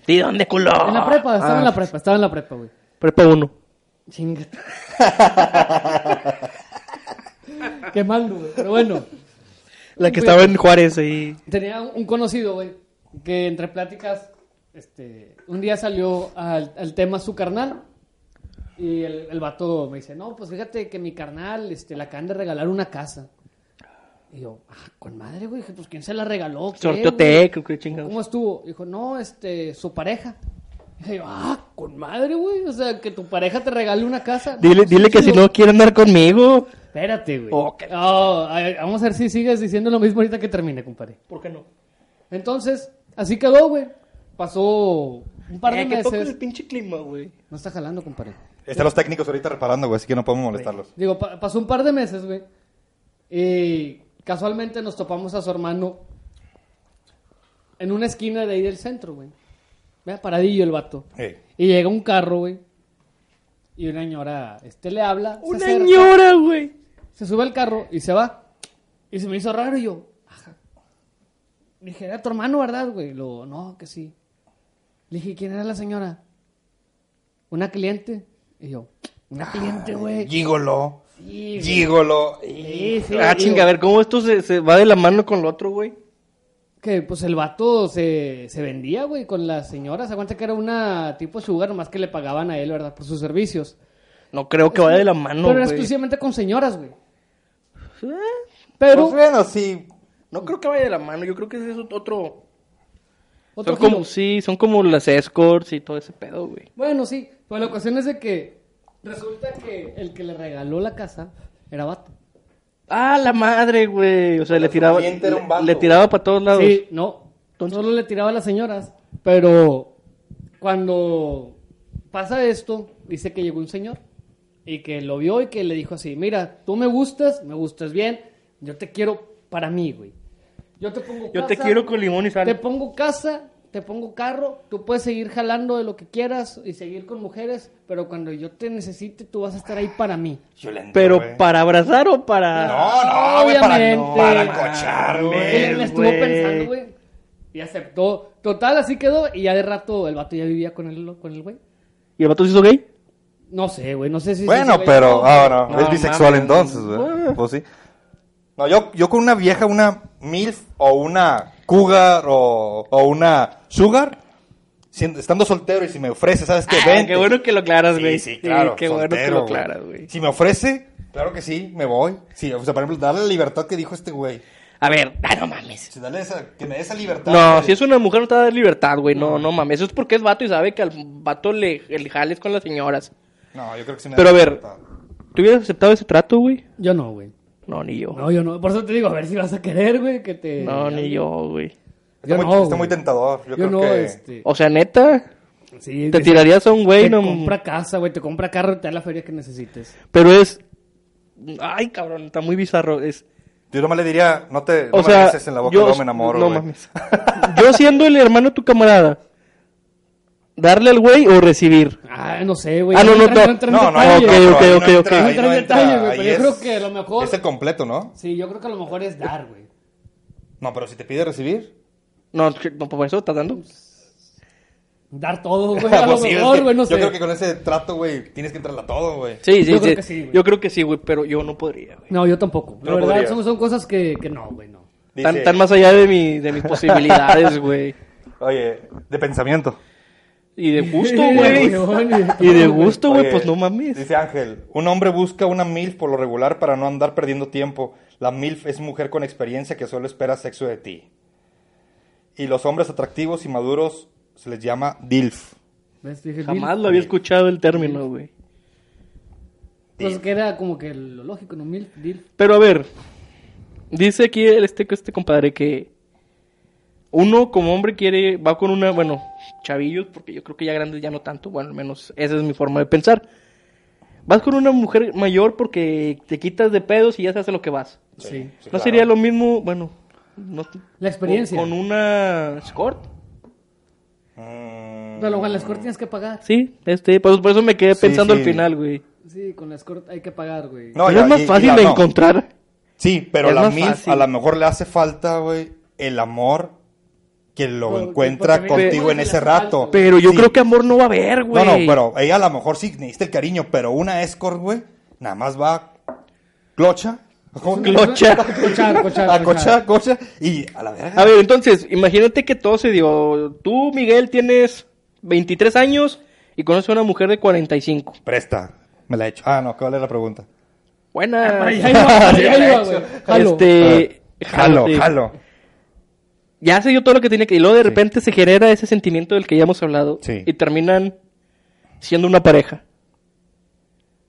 ¿Y dónde, culo?
En la prepa, estaba en la prepa, estaba en la prepa, güey.
Ah, Prepa 1.
Chinga. Qué mal, güey. Pero bueno,
La que
Güey.
estaba en Juárez ahí.
tenía un conocido, güey, que entre pláticas, este, un día salió al, al tema su carnal. Y el, el vato me dice, no, pues fíjate que mi carnal, este, le acaban de regalar una casa. Y yo, ah, con madre, güey, dije, pues quién se la regaló. ¿Qué,
Sorteo
güey?
Tec, qué chingados.
¿Cómo estuvo? Dijo, no, este, su pareja. Dije yo, ah, con madre, güey. O sea, que tu pareja te regale una casa.
Dile,
Pues,
dile que si
chido.
no quiere andar conmigo.
Espérate, güey.
Ok.
Oh, a ver, vamos a ver si sigues diciendo lo mismo ahorita que termine, compadre.
¿Por qué no?
Entonces, así quedó, güey. Pasó un par de
que toques
meses.
Eh, el pinche clima, güey.
No está jalando, compadre.
Están los técnicos ahorita reparando, güey, así que no podemos molestarlos.
Digo, pa- pasó un par de meses, güey. Y casualmente nos topamos a su hermano en una esquina de ahí del centro, güey. Vea, paradillo el vato.
Ey.
Y llega un carro, güey. Y una ñora, este le habla. se
Una
acerca,
ñora, güey.
Se sube al carro y se va. Y se me hizo raro y yo. Ajá. Dije, era tu hermano, ¿verdad, güey? Lo, no, que sí. Le dije, ¿quién era la señora? Una cliente. Y yo, una cliente, güey.
Gigolo.
Sí, güey.
Gigolo.
Sí, sí,
Ah,
digo,
chinga, a ver, ¿cómo esto se, se va de la mano con lo otro, güey?
Que pues el vato se, se vendía, güey, con las señoras. Aguanta que era una tipo sugar, nomás que le pagaban a él, ¿verdad? Por sus servicios.
No creo que vaya de la mano,
Pero era
güey.
exclusivamente con señoras, güey.
Eh,
Pero.
Pues bueno, sí.
No creo que vaya de la mano, yo creo que ese es otro...
otro
son como,
giro.
sí, son como las escorts y todo ese pedo, güey.
Bueno, sí. Pues la ocasión es de que resulta que el que le regaló la casa era vato.
Ah, la madre, güey. O sea, le tiraba,
cliente era un vato,
le, le tiraba para todos lados.
Sí, no. Solo le tiraba a las señoras. Pero cuando pasa esto, dice que llegó un señor y que lo vio y que le dijo así, mira, tú me gustas, me gustas bien, yo te quiero para mí, güey. Yo te pongo
Yo te
casa,
quiero con limón y
Te
sal.
pongo casa, te pongo carro, tú puedes seguir jalando de lo que quieras y seguir con mujeres, pero cuando yo te necesite, tú vas a estar ahí para mí.
Violento, güey.
Pero para abrazar o para...
No, no, güey, para,
Obviamente.
para cocharme.
Él, él estuvo
güey.
pensando, güey. Y aceptó. Total, así quedó. Y ya de rato el vato ya vivía con el, con el güey.
¿Y el vato se hizo gay?
No sé, güey. No sé si.
Bueno,
si-
pero ah, no,
No,
es bisexual
mames.
entonces, güey. Pues sí. No, yo, yo con una vieja, una MILF o una Cougar o, o una Sugar, siendo- estando soltero y si me ofrece, ¿sabes qué?
Ah,
Vente.
qué bueno que lo aclaras,
Sí,
güey.
Sí, claro.
qué bueno que
soltero,
lo aclaras, güey.
Si me ofrece, claro que sí, me voy. Sí, o sea, por ejemplo, darle la libertad que dijo este güey.
A ver, ah, no mames.
Si dale esa, que me dé esa libertad.
No,
güey.
si es una mujer no te va a dar libertad, güey. No, no mames. Eso es porque es vato y sabe que al vato le, le jales con las señoras.
No, yo creo que sí me
Pero
da
a ver.
libertad.
¿Tú hubieras aceptado ese trato, güey?
Yo no, güey.
No, ni yo.
No, yo no. Por eso te digo, a ver si vas a querer, güey, que te.
No, ni yo, güey.
Está,
Yo
muy,
no,
está muy
güey.
tentador. Yo,
Yo
creo
no,
que.
este.
O sea, neta.
Sí,
Te
te,
tirarías a un güey,
te
no.
compra casa, güey, te compra carro y te da la feria que necesites.
Pero es. Ay, cabrón, está muy bizarro. Es.
Yo nomás le diría, no te no
o
me
sea,
beses en la boca,
yo-
luego me enamoro.
no
güey.
mames. Yo siendo el hermano de tu camarada, ¿darle al güey o recibir?
Ah, no sé, güey.
Ah, no, no,
entra-
no.
entra en
No, no,
detalle.
Ok,
no,
ok, ok,
ahí no
ok.
entra, ahí
No entra en
entra,
detalle, güey,
ahí
pero yo
es-
creo que a lo mejor-
Es el completo, ¿no?
Sí, yo creo que a lo mejor es dar, güey.
No, pero si te pide recibir.
No, es que- no por eso estás dando.
Dar todo, güey. A lo
Pues sí, es
mejor,
que
güey, no sé.
Yo creo que con ese trato, güey, tienes que entrarla todo, güey.
Sí, sí,
Yo
sí.
creo que sí, güey.
yo creo que sí, güey, pero yo no podría, güey.
No, yo tampoco. La
No
verdad,
podría.
son, son cosas que, que no, güey, no.
Tan,
Dice,
tan más allá de, mi, de mis posibilidades, güey.
Oye, de pensamiento.
Y de gusto,
Sí,
güey.
güey.
Y de gusto, güey,
Oye,
pues no mames.
Dice Ángel, un hombre busca una MILF por lo regular para no andar perdiendo tiempo. La MILF es mujer con experiencia que solo espera sexo de ti. Y los hombres atractivos y maduros se les llama DILF.
¿Ves? Dije,
Jamás lo había escuchado el término, güey.
Pues que era como que lo lógico, ¿no? Mil, deal.
Pero a ver, dice aquí el- este, este compadre que uno como hombre quiere, va con una, bueno, chavillos, porque yo creo que ya grandes ya no tanto, bueno, al menos esa es mi forma de pensar. Vas con una mujer mayor porque te quitas de pedos y ya sabes a lo que vas.
Sí.
¿No sería lo mismo, bueno, no-
La experiencia.
Con, con una escort?
Mm.
Pero a lo mejor en la escort tienes que pagar.
Sí, este, por, por eso me quedé
Sí,
pensando
sí.
al final, güey.
Sí, con la escort hay que pagar, güey.
No,
Pero
ya,
es más
y- y
fácil
la-
de
no.
encontrar.
Sí, pero
Es
la
más
MILF
fácil.
a lo mejor le hace falta, güey, el amor que lo
Porque-
encuentra
porque
contigo
me-
en
le
ese
hace
rato.
falta.
Pero yo
Sí.
creo que amor no va a haber,
No,
güey.
no, pero ella a lo mejor sí necesita el cariño, pero una escort, güey, nada más va clocha. ¿Cómo?
Clocha.
Cochar, cochar,
A cochar,
cochar.
cocha, y a la verga.
A ver, entonces, imagínate que todo se dio. Tú, Miguel, tienes 23 años y conoces a una mujer de 45.
Presta, me la he hecho. Ah, no, ¿cuál es la pregunta?
Buena.
Ahí ahí va, ahí va, güey. Jalo.
Este,
Jalo,
jalo.
jalo.
Ya se dio todo lo que tenía que. Y luego de repente se genera ese sentimiento del que ya hemos hablado.
Sí.
Y terminan siendo una pareja.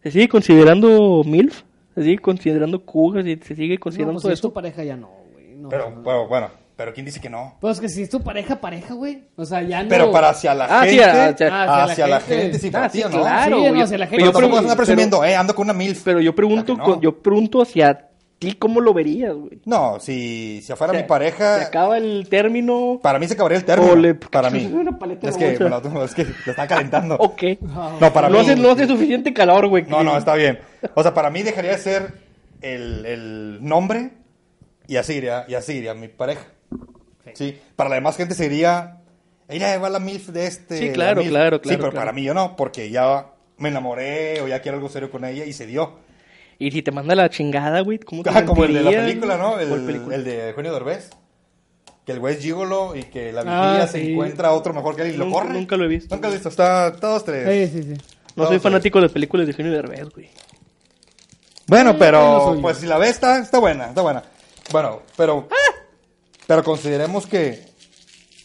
¿Se sigue considerando MILF? ¿Se sigue considerando Cougar? ¿Se se sigue
No,
considerando
pues si
todo
es tu
eso?
pareja ya no, güey. No,
Pero,
no.
pero, bueno, pero ¿quién dice que no?
Pues que si es tu pareja, pareja, güey. O sea, ya no.
Pero para hacia la
Ah, sí,
gente,
hacia-
hacia, la gente, sí,
Ah,
para
sí,
ti, ¿o ¿no?
claro.
Sí,
güey.
no, si la
Pero
gente-
Yo
yo tampoco
pregun-
vas a andar presumiendo, eh, ando con una MILF.
Pero yo pregunto,
Claro que no.
con- yo pregunto hacia ti cómo lo verías, güey.
No, si, si afuera
O sea,
mi pareja,
Se acaba el término.
para mí se acabaría el término.
O le-
Para mí.
Una paleta
Es
de
que, me
bolsa.
lo- es que lo está calentando.
¿O qué?
No, para
no
mí.
hace, no hace suficiente calor, güey.
No, no, está bien. O sea, para mí dejaría de ser el, el nombre y así iría, y así iría mi pareja. Sí. Para la demás gente sería. Ella va la MILF de este.
Sí,
la
claro,
MILF".
claro,
Sí,
claro,
pero
claro.
para mí yo no, porque ya me enamoré o ya quiero algo serio con ella y se dio.
Y si te manda la chingada, güey, ¿cómo te
Ah, como el de la
sentirías?
película, ¿no? El,
¿Cuál película?
el de Eugenio Derbez. Que el güey es gigolo y que la
Ah,
vigía se
sí.
encuentra a otro mejor que él y lo
Nunca-
corre.
nunca lo he visto.
Nunca lo he visto. Está todos
Sí,
tres.
sí, sí.
No soy
Vamos a ver.
fanático de las películas de Eugenio Derbez, güey. Eh,
Bueno,
no
pero
soy yo.
pues si la ves está, está buena, está buena. Bueno, pero
Ah.
pero consideremos que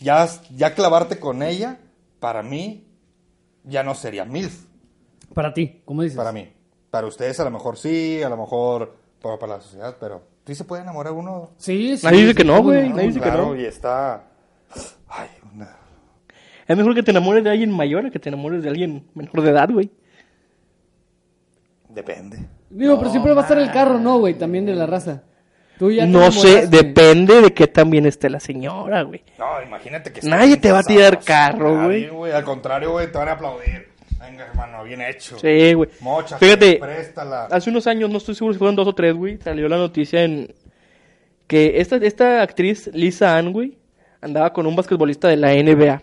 ya ya clavarte con ella para mí ya no sería milf
Para ti, ¿cómo dices?
para mí. Para ustedes a lo mejor sí, a lo mejor pero para la sociedad, pero sí se puede enamorar uno.
Sí, sí.
Nadie dice
sí,
que no,
cómo
güey. Nadie dice que
Claro,
no.
y está ay, una-
Es mejor que te enamores de alguien mayor a que te enamores de alguien menor de edad, güey.
depende.
Digo, pero siempre va a estar el carro, ¿no, güey? También de la raza. Tú ya te
No sé,
enamoraste.
depende de qué tan bien esté la señora, güey.
No, imagínate que
Nadie
estén
te va a tirar
casados.
carro,
Nadie,
güey.
Al contrario, güey, te van a aplaudir. Venga, hermano, bien hecho.
Sí, güey.
Mocha,
Fíjate,
préstala.
hace unos años, no estoy seguro si fueron dos o tres, güey, salió la noticia en que esta, esta actriz, Lisa Ann, güey, andaba con un basquetbolista de la NBA.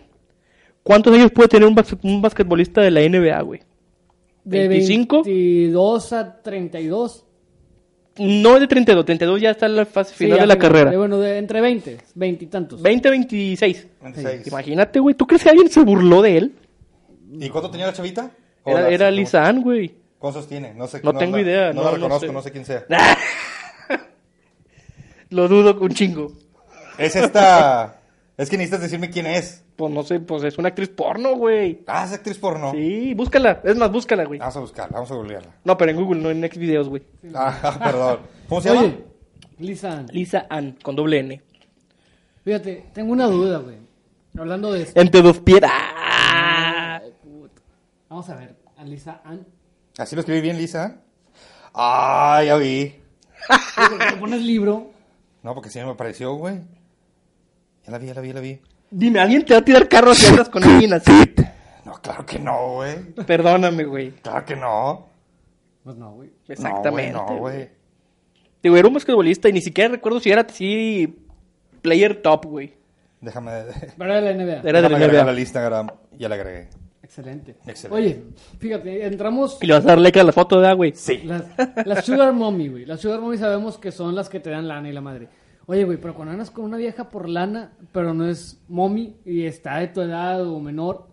¿Cuántos años puede tener un, basque- un basquetbolista de la NBA, güey?
De
25.
22 a 32.
No es de 32, 32 ya está en la fase final
Sí,
de la
ya,
carrera.
eh, bueno, de, entre 20, 20 y tantos.
20, 26.
26.
Imagínate, güey, ¿tú crees que alguien se burló de él?
¿Y cuánto tenía la chavita?
Era,
Hola,
era
sí,
Lisa Ann, güey.
¿Cuántos tiene? No sé.
No tengo
la-
idea,
No,
no,
la
no
reconozco,
sé.
no sé. quién sea.
Lo dudo un chingo.
Es esta. Es que necesitas decirme quién es.
Pues no sé, pues es una actriz porno, güey.
Ah, es actriz porno.
Sí, búscala. Es más, búscala, güey.
Vamos a buscarla, vamos a googlearla.
No, pero en Google, no en Next Videos, güey.
Ah, perdón. ¿Cómo se llama?
Oye, Lisa,
Lisa Ann, con doble N.
fíjate, tengo una duda, güey. Hablando de esto.
Entre dos piedras.
Vamos a ver, a Lisa Ann.
Así lo escribí bien, Lisa. Ah, ya vi.
Te pones libro.
No, porque si no me apareció, güey. Ya la vi, ya la vi, ya la vi.
Dime, ¿alguien te va a tirar carro si andas con alguien así?
No, claro que no, güey.
Perdóname, güey.
Claro que no.
Pues no, güey.
Exactamente.
No, güey, no, güey.
Digo, era un basquetbolista y ni siquiera recuerdo si era así player top, güey.
Déjame.
Pero era la NBA.
Era de
déjame
la
agregar
NBA.
la lista, Garam. Ya la agregué.
Excelente.
Excelente.
Oye, fíjate, entramos
Y le vas a dar like a la foto, ¿verdad, güey?
Sí.
Las, las Sugar Mommy, güey. Las Sugar Mommy sabemos que son las que te dan lana y la madre. Oye, güey, pero cuando andas con una vieja por lana, pero no es mommy y está de tu edad o menor,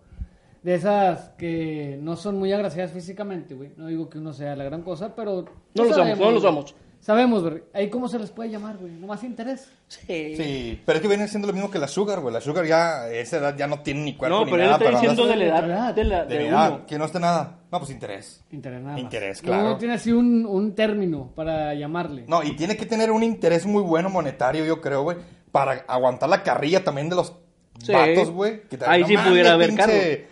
de esas que no son muy agraciadas físicamente, güey. No digo que uno sea la gran cosa, pero.
No lo somos, no lo
güey.
somos.
Sabemos, güey. Ahí cómo se les puede llamar, güey. No más interés.
Sí.
Sí, pero es que viene siendo lo mismo que la Sugar, güey. La Sugar ya, a esa edad ya no tiene ni cuerpo
No,
ni
pero él
nada.
está
para
diciendo
andar-
de la edad de, la,
Ah, de
de
mi edad,
uno.
que no está nada. No, pues interés.
Interés nada. más.
Interés,
No,
claro.
No tiene así un, un término para llamarle.
No, y tiene que tener un interés muy bueno monetario, yo creo, güey, para aguantar la carrilla también de los
Sí.
vatos, güey. que te-
Ahí
no
sí
mames,
pudiera haber
pinche-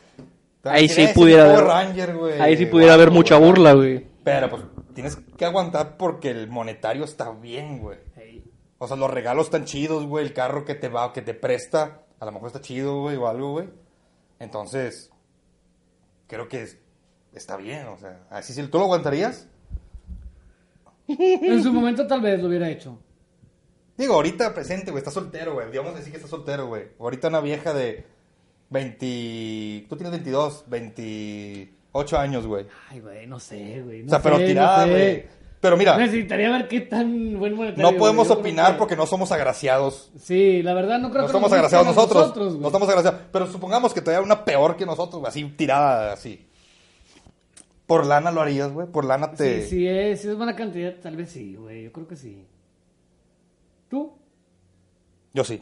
Ahí
Quieres
sí
ser
pudiera
Power
haber.
Ranger, güey.
Ahí sí pudiera
Vato,
haber mucha
güey.
burla, güey.
Pero pues tienes que aguantar porque el monetario está bien, güey.
Ey.
O sea, los regalos están chidos, güey. El carro que te va, que te presta, a lo mejor está chido, güey, o algo, güey. Entonces, creo que es- está bien, o sea. Así si tú lo aguantarías.
En su momento tal vez lo hubiera hecho.
Digo, ahorita presente, güey, está soltero, güey. Digamos así que está soltero, güey. Ahorita una vieja de 20. Tú tienes 22, 28 años, güey.
Ay, güey, no sé, güey. No
o sea, pero
sé, no
tirada,
sé.
güey. Pero mira,
Necesitaría ver qué tan buen monetario.
no
güey.
podemos
Yo creo
opinar
que-
porque no somos agraciados.
Sí, la verdad no creo
No
que.
somos
nos gusten
agraciados
a
nosotros.
güey.
no estamos agraciados. Pero supongamos que todavía una peor que nosotros, güey, así tirada, así. Por lana lo harías, güey. Por lana te.
Sí, sí, es, si es buena cantidad, tal vez sí, güey. Yo creo que sí. ¿Tú?
Yo sí.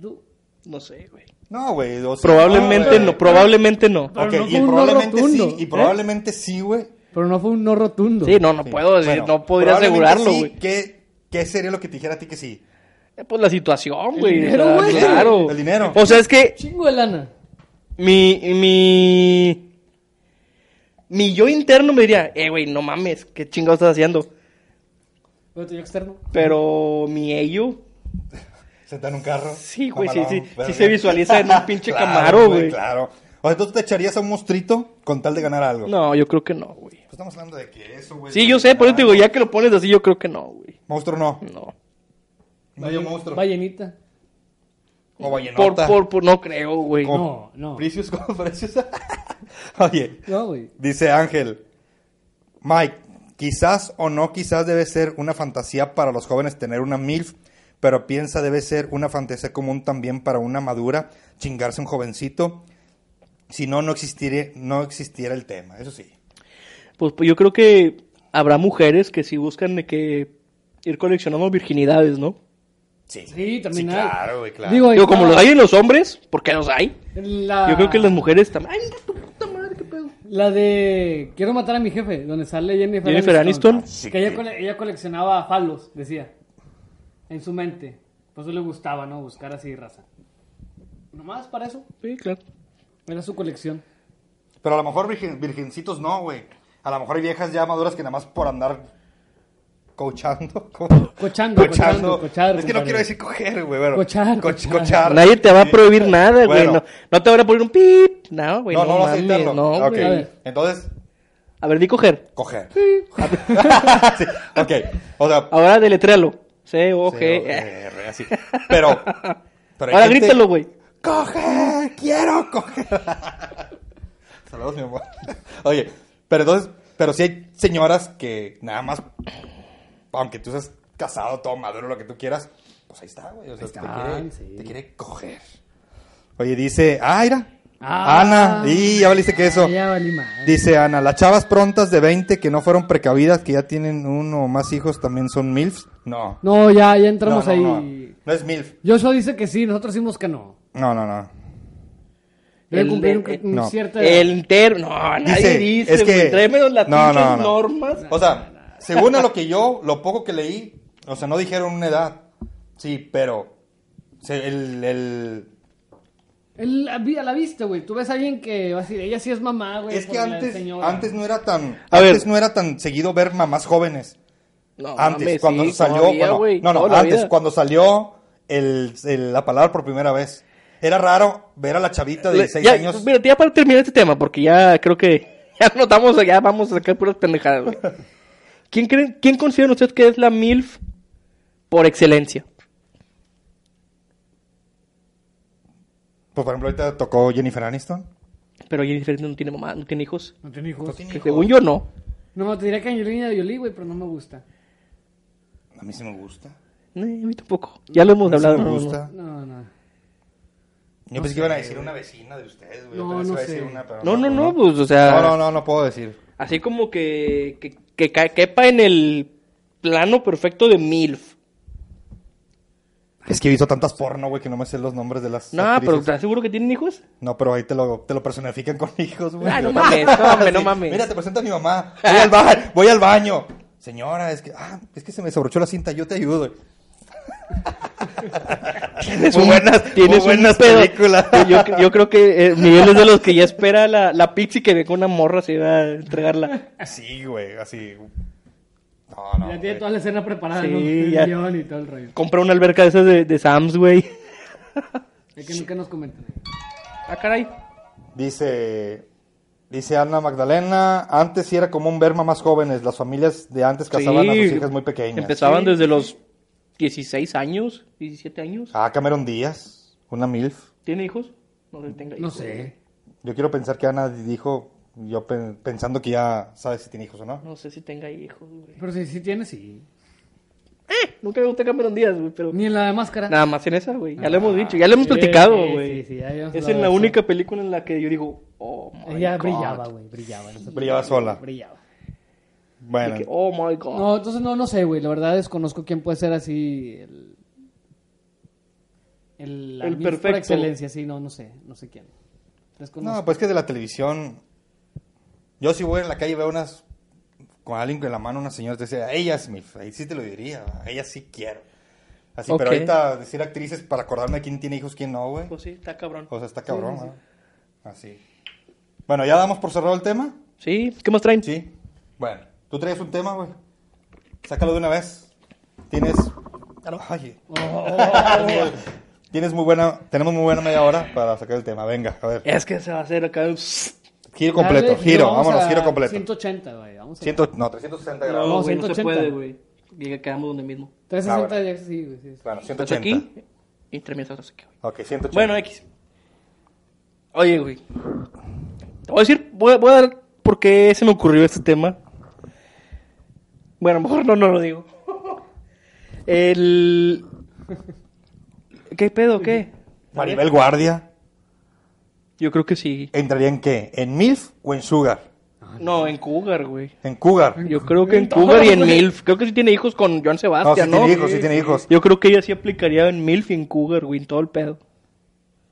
¿Tú?
No sé, güey.
No, güey. o sea,
Probablemente
güey.
no, probablemente no.
Pero
Ok,
no
y
fue un no
probablemente sí,
rotundo,
y
¿eh?
probablemente sí, güey.
Pero no fue un no rotundo.
Sí, no, no
Sí.
puedo decir,
Bueno,
no podría
probablemente
asegurarlo,
sí,
güey.
¿Qué, ¿Qué sería lo que te dijera a ti que sí?
Eh, Pues la situación, güey.
dinero,
o sea,
güey.
Claro.
El dinero.
O sea, es que
Chingo de lana.
mi, mi, mi yo interno me diría, eh, güey, no mames, qué chingado estás haciendo.
Pero tu yo externo.
Pero mi ello,
Sentar en un carro.
Sí, güey,
mamalón,
sí, sí, sí
verga.
se visualiza en un pinche Camaro, güey.
Claro. O sea, tú te echarías a un monstruito con tal de ganar algo.
no, yo creo que no, güey.
Pues estamos hablando de que eso, güey.
Sí, yo sé, por eso te digo, ya que lo pones así, yo creo que no, güey.
Monstruo no.
No.
Medio monstruo.
Ballenita.
O
Por,
vallenota.
por, por, no creo, güey.
Con-
No, no.
Precious, ¿cómo? Precious. Oye,
No, güey.
dice Ángel. Mike, quizás o no quizás debe ser una fantasía para los jóvenes tener una MILF, pero piensa debe ser una fantasía común también para una madura, chingarse un jovencito. Si no, no existiría, no existiera el tema, eso sí.
Pues, pues yo creo que habrá mujeres que sí buscan de que ir coleccionando virginidades, ¿no?
Sí,
Sí, también hay.
claro, güey, claro.
Digo, ahí
Digo, como
está
los hay en los hombres, porque los hay.
La...
Yo creo que las mujeres también. Ay, no, tu puta madre, qué pedo.
La de Quiero matar a mi jefe, donde sale Jennifer,
Jennifer Aniston.
Ah, Sí,
Que ella,
que-
cole- ella coleccionaba falos, decía. En su mente. Por eso le gustaba, ¿no? Buscar así raza. Nomás para eso.
Sí, claro.
Era su colección.
Pero a lo mejor virgen- virgencitos no, güey. A lo mejor hay viejas ya maduras que nada más por andar coachando. ¿cómo?
Cochando, cochando, cochar,
Es que no
compadre.
quiero decir coger, güey. Bueno,
Cochar,
coch-
cochar.
cochar.
Nadie te va a
Sí.
prohibir nada, güey.
Bueno.
No, no te van a poner un pip. No, güey.
no, no, vas a
mames,
editarlo.
Pues no,
Ok.
güey.
A ver.
Entonces,
A ver, di coger.
coger. Sí, Ok. O sea,
Ahora deletréalo. C-O-G.
C-O-G-R, así. Pero, E. pero hay
E. Ahora
gente-
grítalo, güey.
¡Coger! ¡Quiero coger! Saludos, mi amor. Oye, pero entonces, pero si hay señoras que nada más, aunque tú seas casado, todo maduro, lo que tú quieras, pues ahí está, güey. O sea, te,
están,
quiere,
sí.
te quiere coger. Oye, dice, ah, mira.
Ah.
Ana, y ya valiste que eso.
Ah, ya valí madre.
Dice Ana, las chavas prontas de 20 que no fueron precavidas, que ya tienen uno o más hijos, también son MILFs. No.
No, ya, ya entramos
no,
ahí.
no, No. No es MILF.
Joshua dice que sí, nosotros decimos que no.
No, no, no.
Debe
El-
cumplir
el-
un- un
no.
cierta edad.
El interno. No, nadie
Dice,
dice,
es que-
güey. Tráeme las
No,
pinches
no, no.
normas.
O sea, según a lo que yo, lo poco que leí, o sea, no dijeron una edad. Sí, pero se- el, el-
El- a vi- a la vista, güey. Tú ves a alguien que va a decir, ella sí es mamá, güey.
Es que
por la
antes,
señora.
antes no era tan,
A ver.
antes no era tan seguido ver mamás jóvenes.
No,
antes,
mames,
cuando
sí,
salió,
todavía,
bueno,
güey,
no, no,
toda la
antes,
vida.
cuando salió el, el- la palabra por primera vez. Era raro ver a la chavita de
Le-
16
ya,
años.
Mira, ya para terminar este tema, porque ya creo que ya notamos, ya vamos a sacar puras pendejadas, güey. ¿Quién, creen, ¿Quién consideran ustedes que es la MILF por excelencia?
Pues, por ejemplo, ahorita tocó Jennifer Aniston.
Pero Jennifer no tiene mamá, no tiene hijos.
No tiene hijos.
Pues, Que según yo, no.
No, te diría que Angelina Jolie, güey, pero no me gusta.
A mí sí me gusta.
Eh, a mí tampoco. Ya lo hemos
A mí sí
hablado.
me
no, no,
gusta.
No, no.
Yo pensé que iban a decir una vecina de ustedes, güey.
No,
Otra vez
no
iba a decir
sé.
una, pero
No, no, no, pues, o sea,
No, no, no, no puedo decir.
así como que, que, que ca- quepa en el plano perfecto de MILF.
Es que he visto tantas porno, güey, que no me sé los nombres de las.
No, pero
actrices.
¿estás seguro que tienen hijos?
No, pero ahí te lo, te lo personifican con hijos, güey.
Ah, no mames, no, hombre, no mames.
Mira, te presento a mi mamá. Voy al, ba- voy al baño. Señora, es que, ah, es que se me sobrochó la cinta, yo te ayudo.
Tienes
Muy
un-
buenas-
tienes
muy buenas
un pedo.
películas.
Yo, yo creo que eh, Miguel es de los que ya espera la, la pizza y que venga una morra así a entregarla.
Sí, güey, así. No, no.
ya
güey.
tiene toda la escena preparada,
Sí,
¿no? El
ya.
guión y todo el rollo.
Compra una alberca de esas de, de Sam's, güey.
Es que nunca nos comentan.
Ah, caray.
Dice. Dice Ana Magdalena, antes sí era común ver mamás jóvenes, las familias de antes casaban a sus
Sí.
hijas muy pequeñas.
Empezaban
Sí.
desde los 16 años, 17 años.
Ah, Cameron Díaz, una MILF.
¿Tiene hijos? No sé si tenga
No
hijos.
sé.
Yo quiero pensar que Ana dijo, yo pe- pensando que ya sabe si tiene hijos o no.
No sé si tenga hijos, güey.
Pero si sí tiene, sí.
Nunca me gustó Cameron Díaz, güey, pero...
Ni en la de máscara.
Nada más en esa, güey. Ya lo hemos dicho, ya lo hemos platicado,
Ah, sí,
güey.
sí, sí, ya habíamos
es
hablado
en la
de eso.
única película en la que yo digo, oh my
Ella
god.
brillaba, güey. Brillaba. en esa
Brillaba
película,
sola.
Brillaba.
Bueno,
De que, oh my god.
No, entonces no, no sé, güey. La verdad desconozco quién puede ser así el... El, la
El
Miss Por
perfecto.
excelencia, sí. No, no sé. No sé quién. Desconozco.
no, pues que de la televisión. Yo si voy en la calle y veo unas. Con alguien con la mano, una señora te dice, "A ella es mi. f-". Ahí sí te lo diría, a ella sí quiero. Así, pero
Ok.
ahorita decir actrices para acordarme de quién tiene hijos, quién no, güey.
Pues sí, está cabrón.
O sea, está cabrón, ¿no? Así. Bueno, ¿ya damos por cerrado el tema?
Sí, ¿qué más traen?
Sí. Bueno, tú traes un tema, güey. Sácalo de una vez. Tienes. Ay. eh.
Oh,
Tienes muy buena. Tenemos muy buena media hora para sacar el tema. Venga, a ver.
Es que se va a hacer acá.
Giro
Dale,
pues, completo, giro,
vamos
vámonos,
a
giro completo.
180, güey. Vamos a...
100, no, 360 grados.
No, güey, no, se
180.
puede, güey. Llega, quedamos donde mismo.
360 ya, sí, güey. sí, sí.
Bueno,
Estás
180.
aquí y terminas atrás aquí, güey.
Ok, 180.
Bueno, eh, X. Oye, güey. Te voy a decir, voy, voy a dar por qué se me ocurrió este tema. Bueno, a lo mejor no, no lo digo. El... ¿Qué pedo, qué?
Maribel Guardia,
Yo creo que sí.
¿entraría en qué? ¿En MILF o en Sugar?
No, en Cougar, güey.
En Cougar.
Yo creo que en Cougar y en MILF. Creo que sí tiene hijos con John
No, si
Sebastián, ¿no?
tiene hijos, si tiene hijos.
Yo creo que ella sí aplicaría en MILF y en Cougar, güey, en todo el pedo.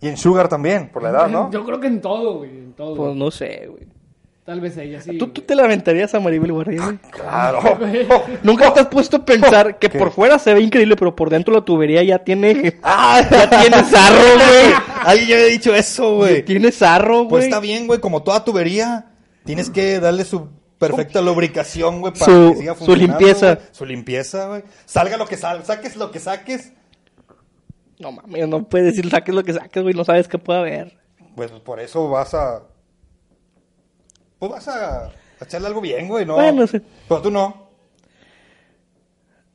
Y en Sugar también, por la edad, ¿no?
Yo creo que en todo, güey. En todo.
Pues no sé, güey.
Tal vez ella sí.
¿Tú,
güey.
tú te lamentarías a Maribel Guardia, güey?
Claro.
Nunca te has puesto a pensar que
¿Qué?
por fuera se ve increíble, pero por dentro la tubería ya tiene.
Ah,
Ya tiene sarro, güey.
Alguien ya había dicho eso, güey.
Tiene sarro, güey.
Pues está Pues bien, güey, como toda tubería, tienes que darle su perfecta lubricación, güey, para
Su-
que siga
su
funcionando.
limpieza.
güey. Su limpieza, güey. Salga lo que salga, saques lo que saques.
No mames, no puedes decir saques lo que saques, güey. No sabes qué puede haber.
Pues por eso vas a. Pues vas a, a echarle algo bien, güey, ¿no?
Bueno, sí.
Pero tú no.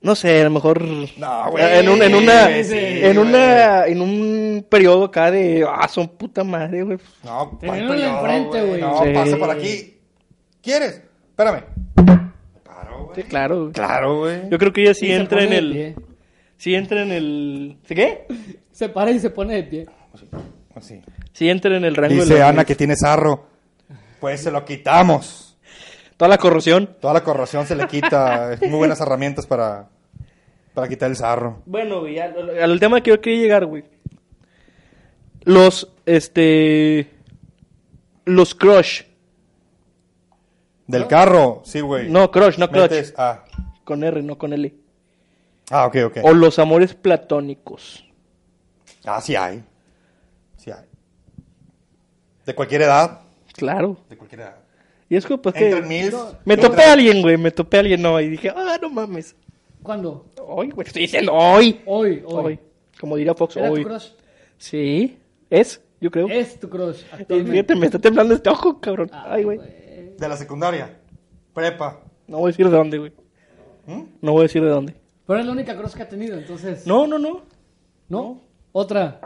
No sé, a lo mejor.
No, güey.
En, un- en una.
Sí, sí,
en
güey.
una. En un periodo acá de. Ah, son puta madre, güey.
No,
Tenerlo
¿cuánto yo,
enfrente, güey.
No,
Sí.
pasa por aquí. ¿Quieres? Espérame. Claro, güey.
Sí, claro, güey.
Claro, güey.
Yo creo que ella sí
Y se
entra en
pone de
el.
pie.
Sí entra en el. ¿Sí qué?
Se para y se pone de pie.
Así.
Sí entra en el rango de
Dice
los
Ana
mil.
que tiene sarro. Pues se lo quitamos.
Toda la corrosión.
Toda la corrosión se le quita. Es muy buenas herramientas para, para quitar el sarro.
Bueno, güey, al, al tema que yo quería llegar, güey. Los, este... Los crush.
Del carro, sí, güey.
No, crush, no crush.
Metes- Ah.
Con R, no con L.
ah, ok, ok.
O los amores platónicos.
Ah, sí hay. Sí hay. De cualquier edad.
Claro.
De cualquier edad.
Y es como, pues
Entra en
que...
MILF.
Me
entra-
topé a alguien, güey, me topé a alguien hoy. Y dije, ah, no mames.
¿Cuándo?
Hoy, güey, estoy diciendo hoy.
Hoy, hoy.
Hoy. Como diría Fox,
¿Era
hoy.
tu crush?
Sí. Es, yo creo.
Es tu crush.
Y
Actualmente.
fíjate, me está temblando este ojo, cabrón. Ay, güey.
De la secundaria. Prepa.
No voy a decir de dónde, güey.
¿Mm?
No voy a decir de dónde.
Pero es la única crush que ha tenido, entonces.
No, no, no.
¿No? Otra.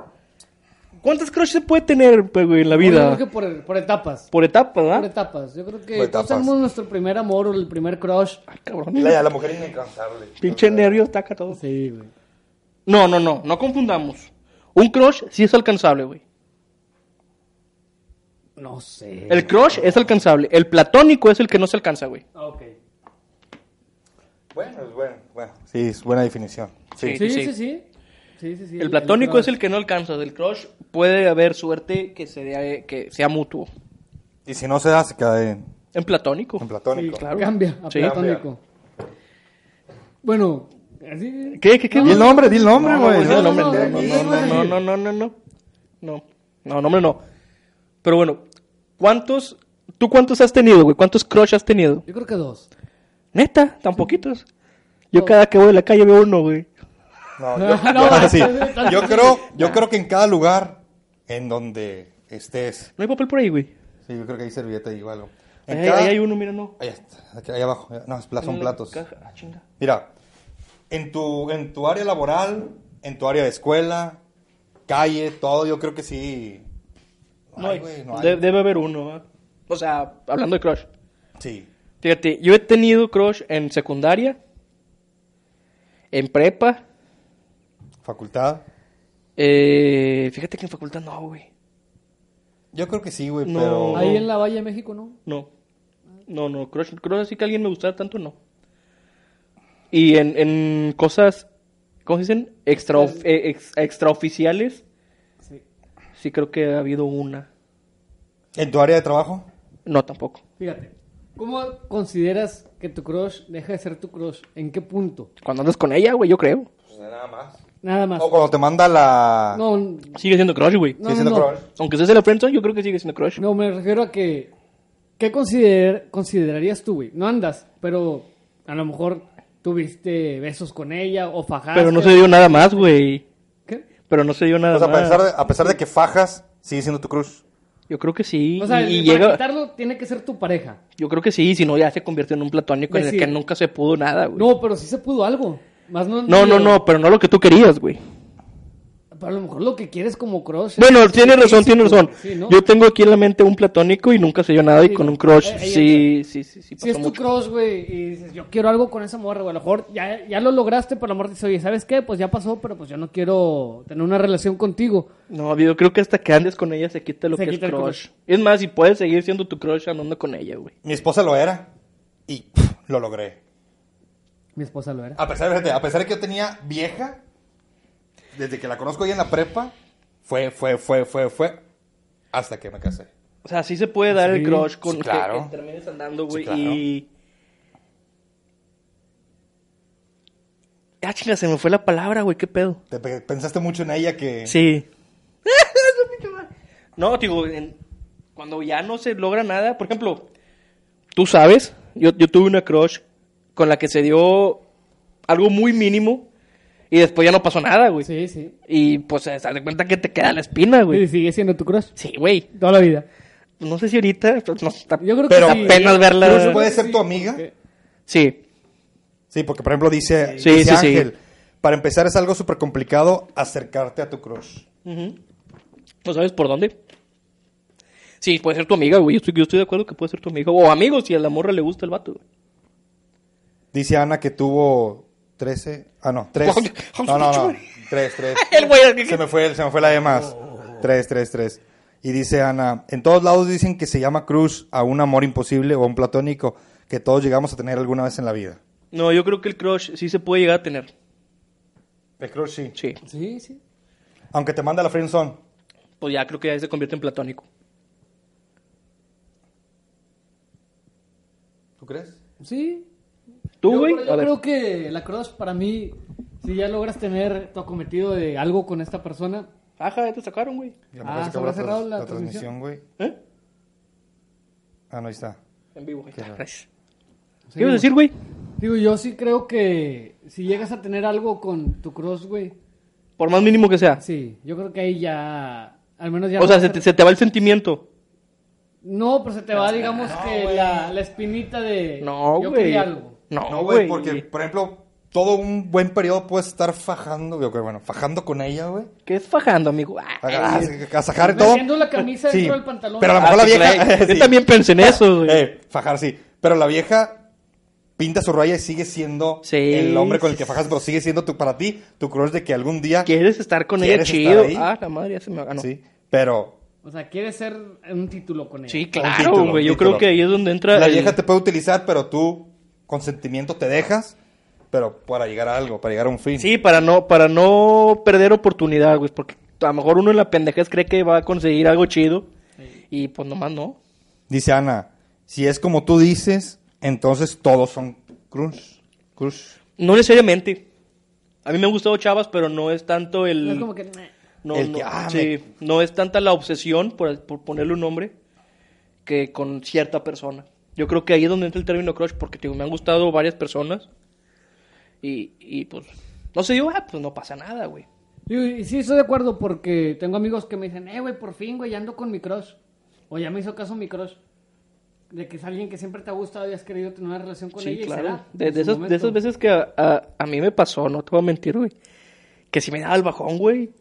¿Cuántas crushes se puede tener, pues, güey, en la
Yo
vida? ¿Ah?
creo que por, por etapas.
Por etapas,
Por
¿verdad?
etapas. Yo creo que
Por
todos
etapas.
tenemos nuestro primer amor o el primer crush.
Ay, cabrón.
La, Ah. la mujer inalcanzable.
Pinche nervio, taca todo.
Sí, güey.
No, no, no. No confundamos. Un crush sí es alcanzable, güey.
No sé.
El crush es alcanzable. El platónico es el que no se alcanza, güey.
Ah, ok.
Bueno, es bueno. bueno. Sí, es buena definición.
Sí,
Sí, sí, sí. sí. Sí, sí, sí,
El platónico es
crush.
el que no alcanza. Del crush puede haber suerte que sea, eh, que sea mutuo.
Y si no se da, se queda en,
En platónico.
en platónico.
Sí, claro.
Cambia a
Sí.
platónico. Bueno, así.
¿Qué, qué, qué?
Di el nombre, di el nombre,
No,
güey.
no,
no,
no,
no,
hombre,
no,
no, no, no, no, no, no. No, no, no, hombre, no. Pero bueno, ¿cuántos, tú cuántos has tenido, güey? ¿Cuántos crush has tenido?
Yo creo que dos.
Neta, tan poquitos. Yo cada que voy a la calle veo uno, güey.
No, yo,
No,
yo-
no,
sí.
no, no, no.
Yo creo, yo creo que en cada lugar en donde estés.
No hay papel por ahí, güey.
Sí, yo creo que hay servilleta y algo. En
Ahí,
cada-
ahí hay uno, mira, no.
Ahí está, aquí- ahí abajo. No, es pla- son
En la
platos.
caja. Ah, chinga.
Mira, en tu, en tu área laboral, en tu área de escuela, calle, todo, yo creo que sí.
No
hay,
hay.
güey, no hay.
De- debe haber uno, ¿va? O sea, hablando de crush.
Sí.
Fíjate, yo he tenido crush en secundaria, en prepa.
Facultad.
eh, fíjate que en facultad no, güey.
Yo creo que sí, güey,
No.
pero.
Ahí en la Valle de México, ¿no?
No. No, no, crush, crush así que alguien me gustara tanto, no. Y en, en cosas, ¿cómo se dicen? Extra, eh, ex- extraoficiales,
Sí.
sí creo que ha habido una.
¿En tu área de trabajo?
No, tampoco.
Fíjate. ¿Cómo consideras que tu crush deja de ser tu crush? ¿En qué punto?
Cuando andas con ella, güey, yo creo.
Pues nada más.
Nada más.
O cuando te manda la.
No, no,
Sigue siendo crush, güey.
no,
diciendo
no.
crush.
Aunque seas de la friendzone, yo creo que sigue siendo crush.
No, me refiero a que. ¿Qué consider- considerarías tú, güey? No andas, pero a lo mejor tuviste besos con ella o fajaste.
Ah,
Pero no se dio nada más, güey.
¿Qué?
Pero no se dio nada
O sea, Pues a
más.
pesar, de, a pesar de que fajas, sigue siendo tu cruz.
Yo creo que sí.
O sea,
y y
para
llega...
quitarlo tiene que ser tu pareja.
Yo creo que sí, si no ya se convirtió en un platónico
Pues
en el
Decir-
que nunca se pudo nada, güey.
No, pero sí se pudo algo. Más no,
no, no, no, pero no lo que tú querías, güey.
Pero a lo mejor lo que quieres como crush. es-
Bueno, tiene razón, tiene
físico,
razón.
sí, ¿no?
Yo tengo aquí en la mente un platónico y nunca se dio nada y
Sí,
con
no.
un crush
Eh, ahí
sí, sí, sí, sí,
Si es
pasó
tu
mucho.
crush, güey, y dices, yo quiero algo con esa morra, güey. A lo mejor ya, ya lo lograste, pero a lo mejor dices, oye, ¿sabes qué? Pues ya pasó, pero pues yo no quiero tener una relación contigo.
No, yo creo que hasta que andes con ella se quita lo
Se
que
quita
es
el
crush. Es más, si puedes seguir siendo tu crush andando con ella, güey.
Mi esposa lo era y pff, lo logré.
Mi esposa lo era.
Ah,
A pesar, fíjate, a pesar de que yo tenía vieja, desde que la conozco ahí en la prepa, fue, fue, fue, fue, fue, hasta que me casé.
O sea, sí se puede dar el
Sí,
crush con
sí,
que-
claro.
que, termines andando, güey,
Sí, claro.
y... Ah, chinga, se me fue la palabra, güey, qué pedo.
Te pe- pensaste mucho en ella que...
Sí. no, digo, en- cuando ya no se logra nada, por ejemplo, tú sabes, yo, yo tuve una crush con la que se dio algo muy mínimo y después ya no pasó nada, güey.
Sí, sí.
Y pues se de cuenta que te queda la espina,
Y
güey.
sigue siendo tu crush
Sí, güey.
toda la vida.
No sé si ahorita, pues, no, está-
Yo creo que
pero
sí.
apenas
Crush
verla.
puede ser tu amiga.
Ok.
Sí,
Sí, porque por ejemplo dice,
Sí,
dice
sí, sí.
Ángel, para empezar es algo súper complicado acercarte a tu crush.
no sabes por dónde. Sí, puede ser tu amiga, güey. Yo estoy, yo estoy de acuerdo que puede ser tu amiga. O amigo, si a la morra le gusta el vato, güey.
Dice Ana que tuvo 13... Ah, no, 3. No, no, no, 3, 3.
El güey,
Se me fue, se me fue la de más. Tres, tres, tres. Y dice Ana, en todos lados dicen que se llama cruz a un amor imposible o a un platónico que todos llegamos a tener alguna vez en la vida.
No, yo creo que el crush sí se puede llegar a tener.
El crush sí.
Sí.
Sí, sí.
Aunque te manda la friendzone.
Pues ya creo que ya se convierte en platónico.
¿Tú crees?
Sí.
¿Tú,
Yo-
güey?
Yo,
A ver.
creo que la crush para mí, si ya logras tener tu acometido de algo con esta persona,
Ajá, ya te sacaron, güey.
Ya
Ah,
parece que
¿se habrá
habrá
cerrado
tras-
la
la transmisión, güey.
¿Eh?
Ah, no, ahí está.
En vivo, ahí está.
Qué
Ah, Gracias. ¿Qué ibas a decir, güey?
Digo, yo sí creo que si llegas a tener algo con tu cross, güey,
Por más mínimo que sea.
sí, yo creo que ahí ya, al menos ya...
O
no
sea,
vas
se
a-
te, se te va el sentimiento.
No, pero se te va, digamos, que la, la espinita de...
No,
Yo
güey.
quería algo.
No, güey, porque, por ejemplo, todo un buen periodo puedes estar fajando, güey, bueno, fajando con ella, güey.
¿Qué es fajando, amigo? Ah,
A,
eh,
a- a sacar todo.
Metiendo la camisa
Sí,
dentro del pantalón.
Pero a lo
ah,
mejor la
sí,
vieja.
claro. Yo
sí.
también pensé en eso, güey.
Eh, fajar, sí. Pero la vieja pinta su raya y sigue siendo
Sí,
el hombre con el
sí,
que fajas, pero sigue siendo tu, para ti tu crush de que algún día.
¿Quieres estar con ella
¿Quieres estar
chido?
ahí?
Ah, la madre, ya se me... Ah, no. Sí,
Sí, pero
O sea, quiere ser un título con él.
claro,
Ah, título,
güey. Yo
título.
creo que ahí es donde entra...
la
el-
vieja te puede utilizar, pero tú con sentimiento te dejas, pero para llegar a algo, para llegar a un fin.
Sí, para no, para no perder oportunidad, güey. Porque a lo mejor uno en la pendejez cree que va a conseguir algo chido. Y pues nomás no.
Dice Ana, si es como tú dices, entonces todos son crush. Crush.
No necesariamente. A mí me han gustado chavas, pero no es tanto el...
No es como que... "Meh".
No,
El
no,
que, ah,
sí, no es tanta la obsesión, por, por ponerle un nombre, que con cierta persona. Yo creo que ahí es donde entra el término crush, porque te digo, me han gustado varias personas. Y, y, pues, no sé, yo, ah, pues no pasa nada, güey.
Digo, Y sí, estoy de acuerdo porque tengo amigos que me dicen, eh, güey, por fin, güey, ya ando con mi crush. O ya me hizo caso mi crush. De que es alguien que siempre te ha gustado y has querido tener una relación con
Sí,
ella y
claro.
será.
De,
en
de
su
esas, de
momento.
esas veces que a, a- a mí me pasó, no te voy a mentir, güey. Que si me daba el bajón, güey. Me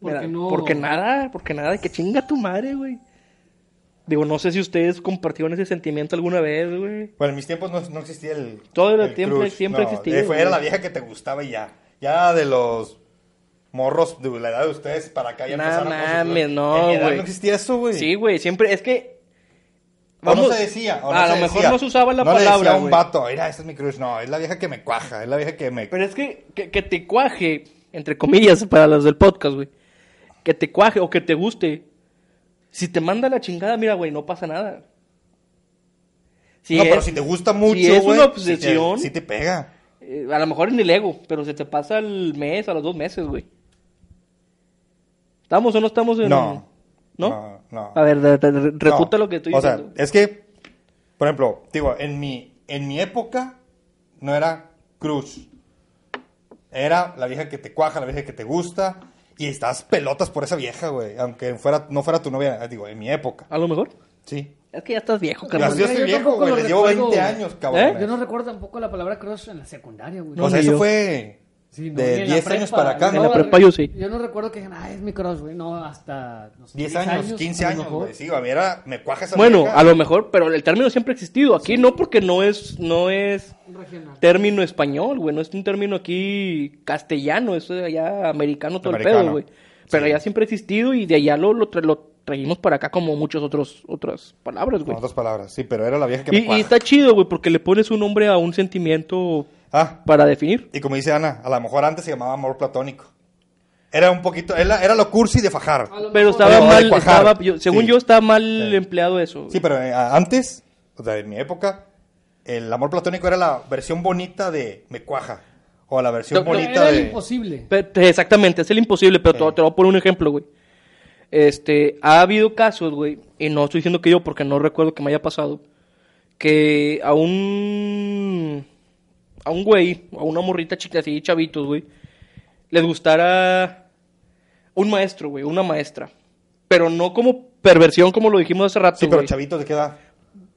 Porque
da-
no-
Porque nada, porque nada, de que chinga tu madre, güey. Digo, no sé si ustedes compartieron ese sentimiento alguna vez, güey.
Bueno, en mis tiempos no, no existía el.
Todo era
el
tiempo- siempre existía,
eh, fue- era
güey.
la vieja que te gustaba y ya. Ya de los morros de la edad de ustedes para acá ya
No
empezaron con su-
mames, no,
En mi edad
güey.
No existía eso, güey.
Sí, güey, siempre es que
O no
vamos-
se decía. o
a
no
lo
se
mejor
decía.
no se usaba la
No le
palabra,
decía a un
güey.
vato, mira, esa es mi crush. No, es la vieja que me cuaja, es la vieja que me.
Pero es que, que, que te cuaje, entre comillas, para los del podcast, güey. Que te cuaje o que te guste. Si te manda la chingada, mira, güey, no pasa nada. Si
no, pero
es-
si te gusta mucho, güey.
si es una
sí te-
obsesión.
Sí, te pega.
eh, a lo mejor en el ego, pero se te pasa el mes, a los dos meses, güey. ¿Estamos o no estamos en.?
No.
¿No?
No, no.
A ver, re- re- refuta
No,
lo que estoy
O sea,
diciendo.
es que, por ejemplo, digo, en mi, en mi época no era cruz. Era la vieja que te cuaja, la vieja que te gusta. Y estás pelotas por esa vieja, güey. Aunque fuera, no fuera tu novia, eh, digo, en mi época.
A lo mejor.
Sí.
Es que ya estás viejo,
Yo
carnal.
Gracias.
yo
yo
soy viejo,
tampoco
güey.
lo
Les llevo
recuerdo.
20 años, cabrón.
¿Eh?
Yo no recuerdo tampoco la palabra crush en la secundaria, güey.
o sea,
ni
eso
yo.
fue
Sí, no, ni en
de
la
10
prepa,
años para acá,
no,
En la
¿no?
prepa. yo sí.
Yo no recuerdo que digan, ah, es mi crush, güey. No, hasta... no sé,
10 años, 15
a lo
años,
mejor.
güey. Sí, a mí era, me cuaja esa
Bueno,
vieja.
a lo mejor, pero el término siempre ha existido. Aquí no, porque no es, no es
Regional.
término español, güey. No es un término aquí castellano, eso es allá americano todo el pedo,
Americano.
güey. Pero
Sí.
allá siempre ha existido y de allá lo, lo, tra- lo trajimos para acá como muchas otros, otras palabras,
Con
güey.
otras palabras, sí, pero era la vieja que me
Y,
cuaja.
y está chido, güey, porque le pones un nombre a un sentimiento
Ah,
para definir.
Y como dice Ana, a lo mejor antes se llamaba amor platónico. Era un poquito, era, era lo cursi de fajar.
A lo
Pero
mejor.
estaba
Pero de
mal,
cuajar.
estaba- yo- según
Sí.
yo, estaba mal
Sí.
empleado eso. güey.
Sí, pero eh, antes, o sea, en mi época, el amor platónico era la versión bonita de me cuaja. O la versión
No, no,
bonita
Era
de...
imposible.
Pe- te- pues, Exactamente, es el imposible, pero te, te voy a poner un ejemplo, güey. Este, ha habido casos, güey, y no estoy diciendo que yo porque no recuerdo que me haya pasado, que a un, a un güey, a una morrita chica así, chavitos, güey, les gustara un maestro, güey, una maestra. Pero no como perversión, como lo dijimos hace rato,
Sí, pero
güey.
chavitos de qué edad?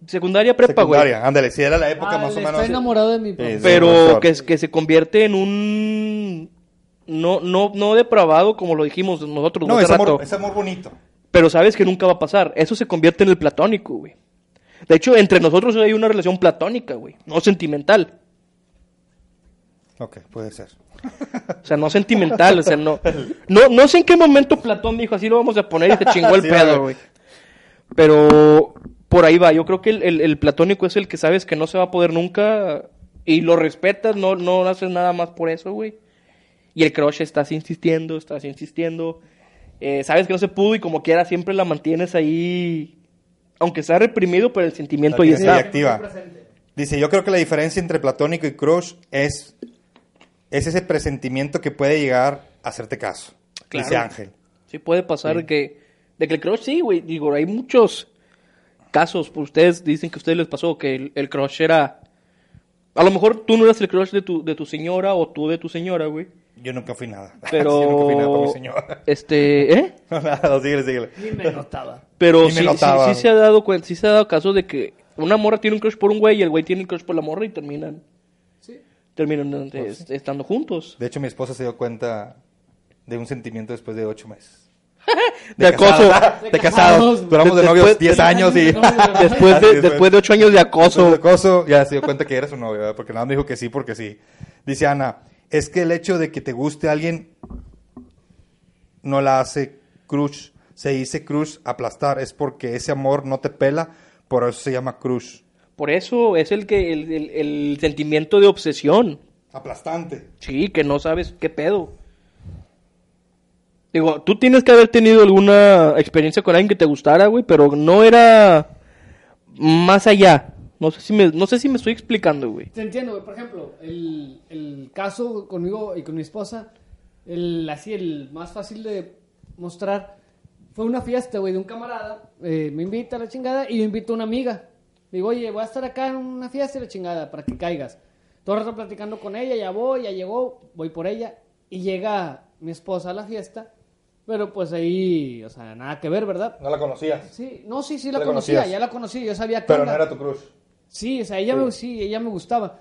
Secundaria, prepa, güey.
Secundaria, ándale, sí, era la época
Ah,
más o
le
menos...
Estoy enamorado de mi
Sí,
papá.
sí.
pero
profesor.
que, es- que se convierte en un no no no depravado como lo dijimos nosotros
No,
hace
es
rato
amor, es amor bonito.
pero sabes que nunca va a pasar eso se convierte en el platónico güey de hecho entre nosotros hay una relación platónica güey no sentimental
Ok, puede ser.
o sea no sentimental o sea no no no sé en qué momento Platón dijo así lo vamos a poner y se chingó el
Sí, a ver.
pedo güey pero por ahí va yo creo que el, el- el platónico es el que sabes que no se va a poder nunca y lo respetas no no haces nada más por eso güey Y el crush estás insistiendo, estás insistiendo. Eh, sabes que no se pudo y como quiera siempre la mantienes ahí. Aunque sea reprimido, pero el sentimiento
La
ahí
tienes ahí
está.
activa. Dice, yo creo que la diferencia entre platónico y crush es, es ese presentimiento que puede llegar a hacerte caso.
Claro.
Dice Ángel.
Sí puede pasar de que... De que el crush, sí, güey. Digo, hay muchos casos. pues, Ustedes dicen que a ustedes les pasó que el, el crush era... A lo mejor tú no eras el crush de tu, de tu señora o tú de tu señora, güey.
Yo nunca fui nada.
Pero...
Yo nunca fui nada para mi señora.
Este... ¿Eh?
No, nada, síguele, síguele.
Ni me notaba.
Pero
Ni me
sí,
notaba,
sí- sí
güey.
se ha dado cuen- sí se ha dado caso de que una morra tiene un crush por un güey y el güey tiene el crush por la morra y terminan
Sí.
terminan eh,
Pues
estando juntos.
De hecho, mi esposa se dio cuenta de un sentimiento después de ocho meses.
De acoso.
casados. De
De
casados.
casados.
Duramos de
Después-
novios 10 años y...
No, güey.
Después
Así
de,
es,
después de ocho años de acoso.
de acoso, ya se dio cuenta que era su novio, ¿verdad? porque nada más me dijo que sí, porque sí. Dice Ana, es que el hecho de que te guste alguien no la hace crush. Se dice crush aplastar, es porque ese amor no te pela, por eso se llama crush.
Por eso es el que el, el- el sentimiento de obsesión.
Aplastante.
Sí, que no sabes qué pedo. Digo, tú tienes que haber tenido alguna experiencia con alguien que te gustara, güey, pero no era más allá. No sé si me, no sé si me estoy explicando, güey.
Te entiendo, güey. Por ejemplo, el, el caso conmigo y con mi esposa, el, así el más fácil de mostrar, fue una fiesta, güey, de un camarada. eh, me invita a la chingada y yo invito a una amiga. Digo, oye, voy a estar acá en una fiesta y la chingada para que caigas. Todo el rato platicando con ella, ya voy, ya llegó, voy por ella. Y llega mi esposa a la fiesta, pero pues ahí, o sea, nada que ver, ¿verdad?
No la conocías,
Sí, no, sí, sí la
La
conocía,
conocías.
ya la conocí, yo sabía que
pero no era tu crush.
Sí, o sea, ella me, sí, ella me gustaba.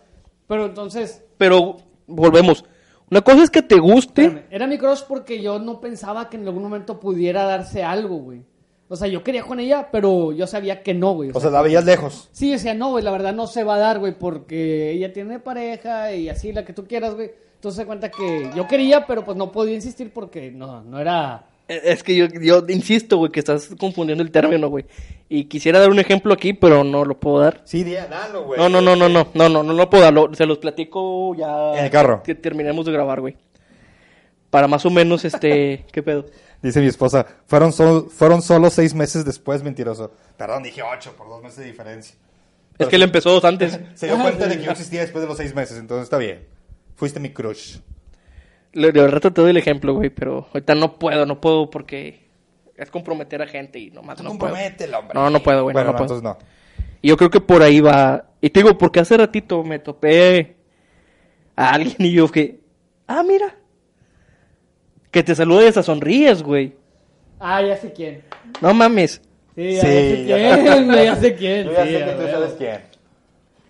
Pero entonces,
Pero volvemos. Una cosa es que te guste.
espérame, era mi crush porque yo no pensaba que en algún momento pudiera darse algo, güey. O sea, yo quería con ella, pero yo sabía que no, güey. O
O
sea,
sea, la veías lejos.
sí, o sea, no, güey, la verdad no se va a dar, güey, porque ella tiene pareja y así, la que tú quieras, güey. Entonces se cuenta que yo quería, pero pues no podía insistir porque no, no era...
Eh, Es que yo, yo insisto, güey, que estás confundiendo el término, güey. Y quisiera dar un ejemplo aquí, pero no lo puedo dar.
Sí, di- dalo, güey.
No, no, no, no, no, no, no, no lo puedo dar. lo- se los platico ya.
En el carro.
Que terminemos de grabar, güey. Para más o menos, este. ¿Qué pedo?
Dice mi esposa, fueron, sol- fueron solo seis meses después, mentiroso. Perdón, dije ocho, por dos meses de diferencia.
Es que él empezó dos antes.
Se dio cuenta de que yo existía después de los seis meses, entonces está bien. Fuiste mi crush.
Le, le rato te doy el ejemplo, güey, pero ahorita no puedo, no puedo porque es comprometer a gente y nomás
Tú
no puedo.
compromételo, hombre.
No, no puedo, güey, no, no
Bueno, no,
puedo.
entonces no.
Y yo creo que por ahí va. Y te digo, porque hace ratito me topé a alguien y yo que, ah, mira. Que te saludes a sonríes, güey.
Ah, ya sé quién.
No mames.
Sí, ya, sé quién, güey, ya sé quién.
Yo ya
sí,
sé que
a
tú
ver.
sabes quién.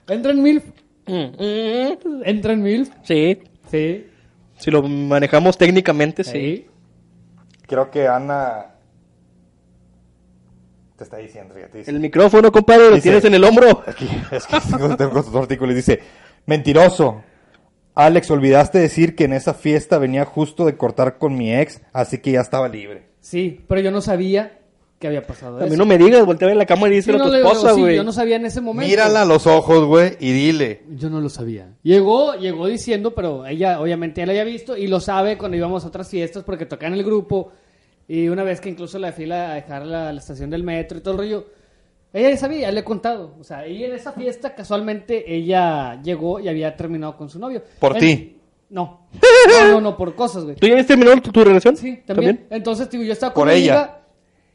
Entra en MILF,
Mm, mm,
entra en MILF,
Sí.
sí.
Si lo manejamos técnicamente, sí.
Ahí.
Creo que Ana te está diciendo, ya te dice.
El micrófono, compadre, lo
Dice-
tienes en el hombro.
Aquí, es que tengo, tengo otro artículo y dice, mentiroso. Alex, olvidaste decir que en esa fiesta venía justo de cortar con mi ex, así que ya estaba libre.
Sí, pero yo no sabía que había pasado
A mí
eso.
no me digas, voltea a ver la cámara y
Sí,
díselo
no
a tu
le-
esposa,
sí,
güey.
yo no sabía en ese momento.
Mírala a los ojos, güey, y dile.
Yo no lo sabía. Llegó, llegó diciendo, pero ella obviamente ya lo había visto y lo sabe cuando íbamos a otras fiestas porque tocaban el grupo y una vez que incluso la fila a dejar la, la estación del metro y todo el rollo. Ella ya sabía, ya le he contado. O sea, y en esa fiesta casualmente ella llegó y había terminado con su novio.
Por
En-
ti.
No. No, no, no, por cosas, güey.
¿Tú ya habías terminado tu, tu relación?
Sí, también. Entonces, digo, yo estaba con
Por
mi
ella.
amiga,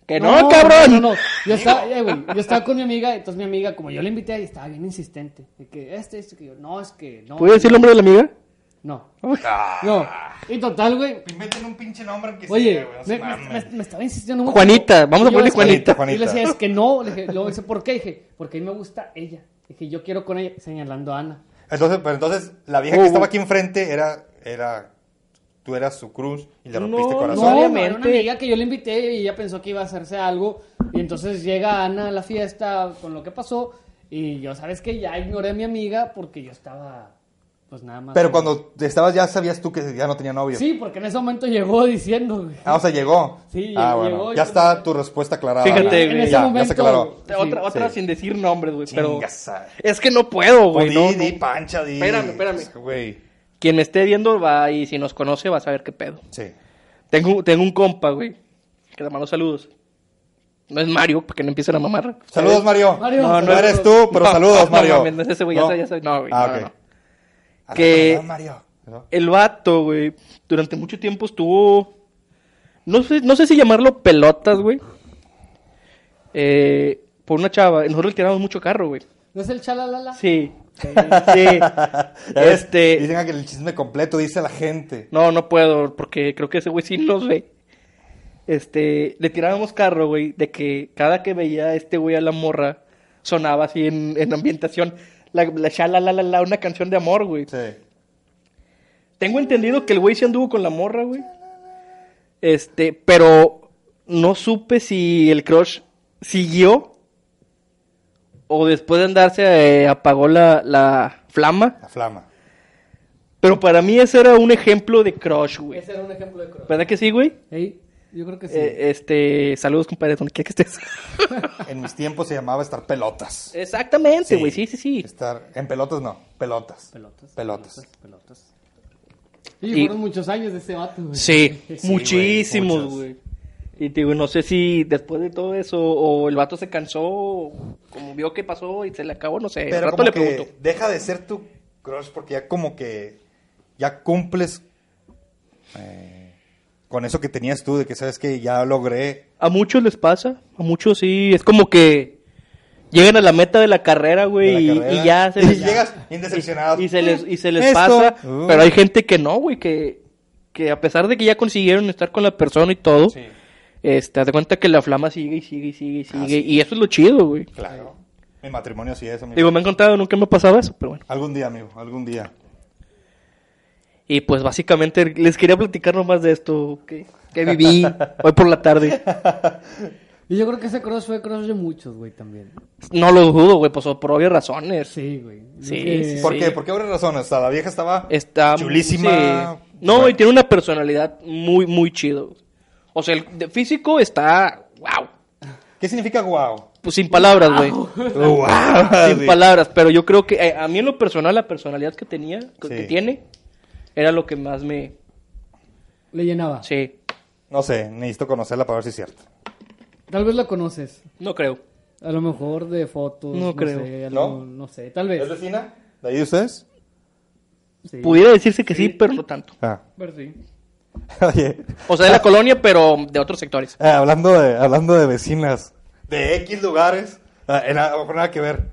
Que no, cabrón.
No, no, no. Yo, estaba, eh, güey, yo estaba con mi amiga, entonces mi amiga, como yo la invité, estaba bien insistente. De que este, este, que yo, no, es que no.
¿Puedes decir el nombre de la amiga?
No.
Ah.
No. Y total, güey.
Inventen un pinche nombre que
Oye,
sea, güey, no se
me, me-
mamen.
me- me estaba insistiendo mucho.
Juanita, vamos a
Y yo,
ponerle
es que-
Juanita.
Juanita.
Y le decía, es que no. Le dije, luego dice, ¿por qué? Dije, porque a mí me gusta ella. Dije, yo quiero con ella, señalando a Ana.
Entonces, pero entonces la vieja
Uh.
Oh,
que estaba
güey.
aquí enfrente era, era, tú eras su cruz y le
No,
rompiste el
Pues
No,
corazón.
no. obviamente.
era una amiga que yo le invité y ella pensó que iba a hacerse algo. Y entonces llega Ana a la fiesta con lo que pasó. Y yo, ¿sabes que Ya ignoré a mi amiga porque yo estaba, pues nada más.
Pero cuando estabas ya sabías tú que ya no tenía novio.
Sí, porque en ese momento llegó diciendo, güey.
Ah, o sea, llegó.
Sí,
ah,
llegó
bueno.
y-
ya está tu respuesta aclarada.
Fíjate,
Ana.
güey. En ese
Ya, ya
momento-
se aclaró.
Sí,
otra otra
sí.
sin decir nombres, güey, pero...
Chingas, ah.
Es que no puedo, güey.
Di,
no,
di,
no.
pancha, di.
Espérame, espérame.
Güey,
Quien me esté viendo va y si nos conoce va a saber qué pedo.
sí.
Tengo, tengo un compa, güey, que le mando saludos. No es Mario, porque no empiecen a mamar.
Saludos, Mario.
Mario,
no, no
saludos.
eres tú, pero
No,
saludos,
no,
Mario.
mames, no es ese güey, ya soy- ya soy- no, güey,
Ah,
no,
ok.
no, no.
Ah,
Que-
perdón, Mario. ¿No?
El vato, güey, durante mucho tiempo estuvo No sé, no sé si llamarlo pelotas, güey. Eh, por una chava. Nosotros le tiramos mucho carro, güey.
¿No es el chalalala?
Sí. Sí.
Ya ves,
este.
Dicen que el chisme completo dice la gente.
No, no puedo, porque creo que ese güey sí nos ve. Este, le tirábamos carro, güey, de que cada que veía a este güey a la morra, sonaba así en, en ambientación, la, la, sha, la, la, la, la, una canción de amor, güey.
Sí.
Tengo entendido que el güey sí anduvo con la morra, güey. Este, pero no supe si el crush siguió o después de andarse eh, apagó la, la flama.
La flama.
Pero para mí ese era un ejemplo de crush, güey.
Ese era un ejemplo de cross.
¿Verdad que sí, güey?
Ey, Yo creo que sí.
Eh, este, saludos, compadre, donde quiera que estés.
En mis tiempos se llamaba estar pelotas.
Exactamente, güey, sí, sí, sí.
Estar en pelotas no, pelotas.
Pelotas.
Pelotas.
Pelotas. Y,
Y-
fueron muchos años de ese vato, güey.
Sí,
Sí,
muchísimos,
güey,
güey. Y te digo, no sé si después de todo eso, o el vato se cansó, o como vio que pasó y se le acabó, no sé. Al
Pero
rato
como
le
que
pregunto.
deja de ser tu crush porque ya como que ya cumples eh, con eso que tenías tú de que sabes que ya logré.
A muchos les pasa, a muchos sí, es como que llegan a la meta de la carrera,
De la
güey, y,
carrera.
y ya se
Y
les...
llegas bien decepcionado.
Y, y se les, y se les
Esto.
pasa,
Uh.
pero hay gente que no, güey, que, que a pesar de que ya consiguieron estar con la persona y todo, este, haz de cuenta que la flama sigue y sigue y sigue y sigue,
Ah, sí.
y eso es lo chido, güey.
Claro. Mi matrimonio sí es, amigo.
Digo, me he encontrado, nunca me ha pasado eso, pero bueno.
Algún día, amigo, algún día.
Y pues básicamente les quería platicar nomás de esto que, que viví hoy por la tarde.
Y yo creo que ese cross fue cross de muchos, güey, también.
No lo dudo, güey, pues por obvias razones.
Sí, güey. Eh,
Sí,
Que-
sí,
¿Por qué? ¿Por qué habrá razón? Hasta la vieja estaba
Está
chulísima.
sí. No,
Bueno,
y tiene una personalidad muy, muy chido. O sea, el de físico está. ¡Wow!
¿Qué significa guau?
Pues sin palabras, güey.
Wow.
sin palabras, pero yo creo que eh, a mí en lo personal la personalidad que tenía, que,
Sí.
que tiene, era lo que más me.
Le llenaba.
Sí,
No sé, necesito conocerla para ver si es cierto.
Tal vez la conoces.
no creo.
A lo mejor de fotos.
No
No,
creo.
Sé, algo-
¿No?
¿No? sé, tal vez.
¿Es vecina? ¿De ahí de ustedes?
Sí.
Pudiera decirse que sí, pero no tanto.
Ah.
Pero sí.
Oye,
O sea, de la colonia, pero de otros sectores.
ah, hablando, de, hablando de vecinas. De X lugares. Ah, en- a lo mejor nada que ver.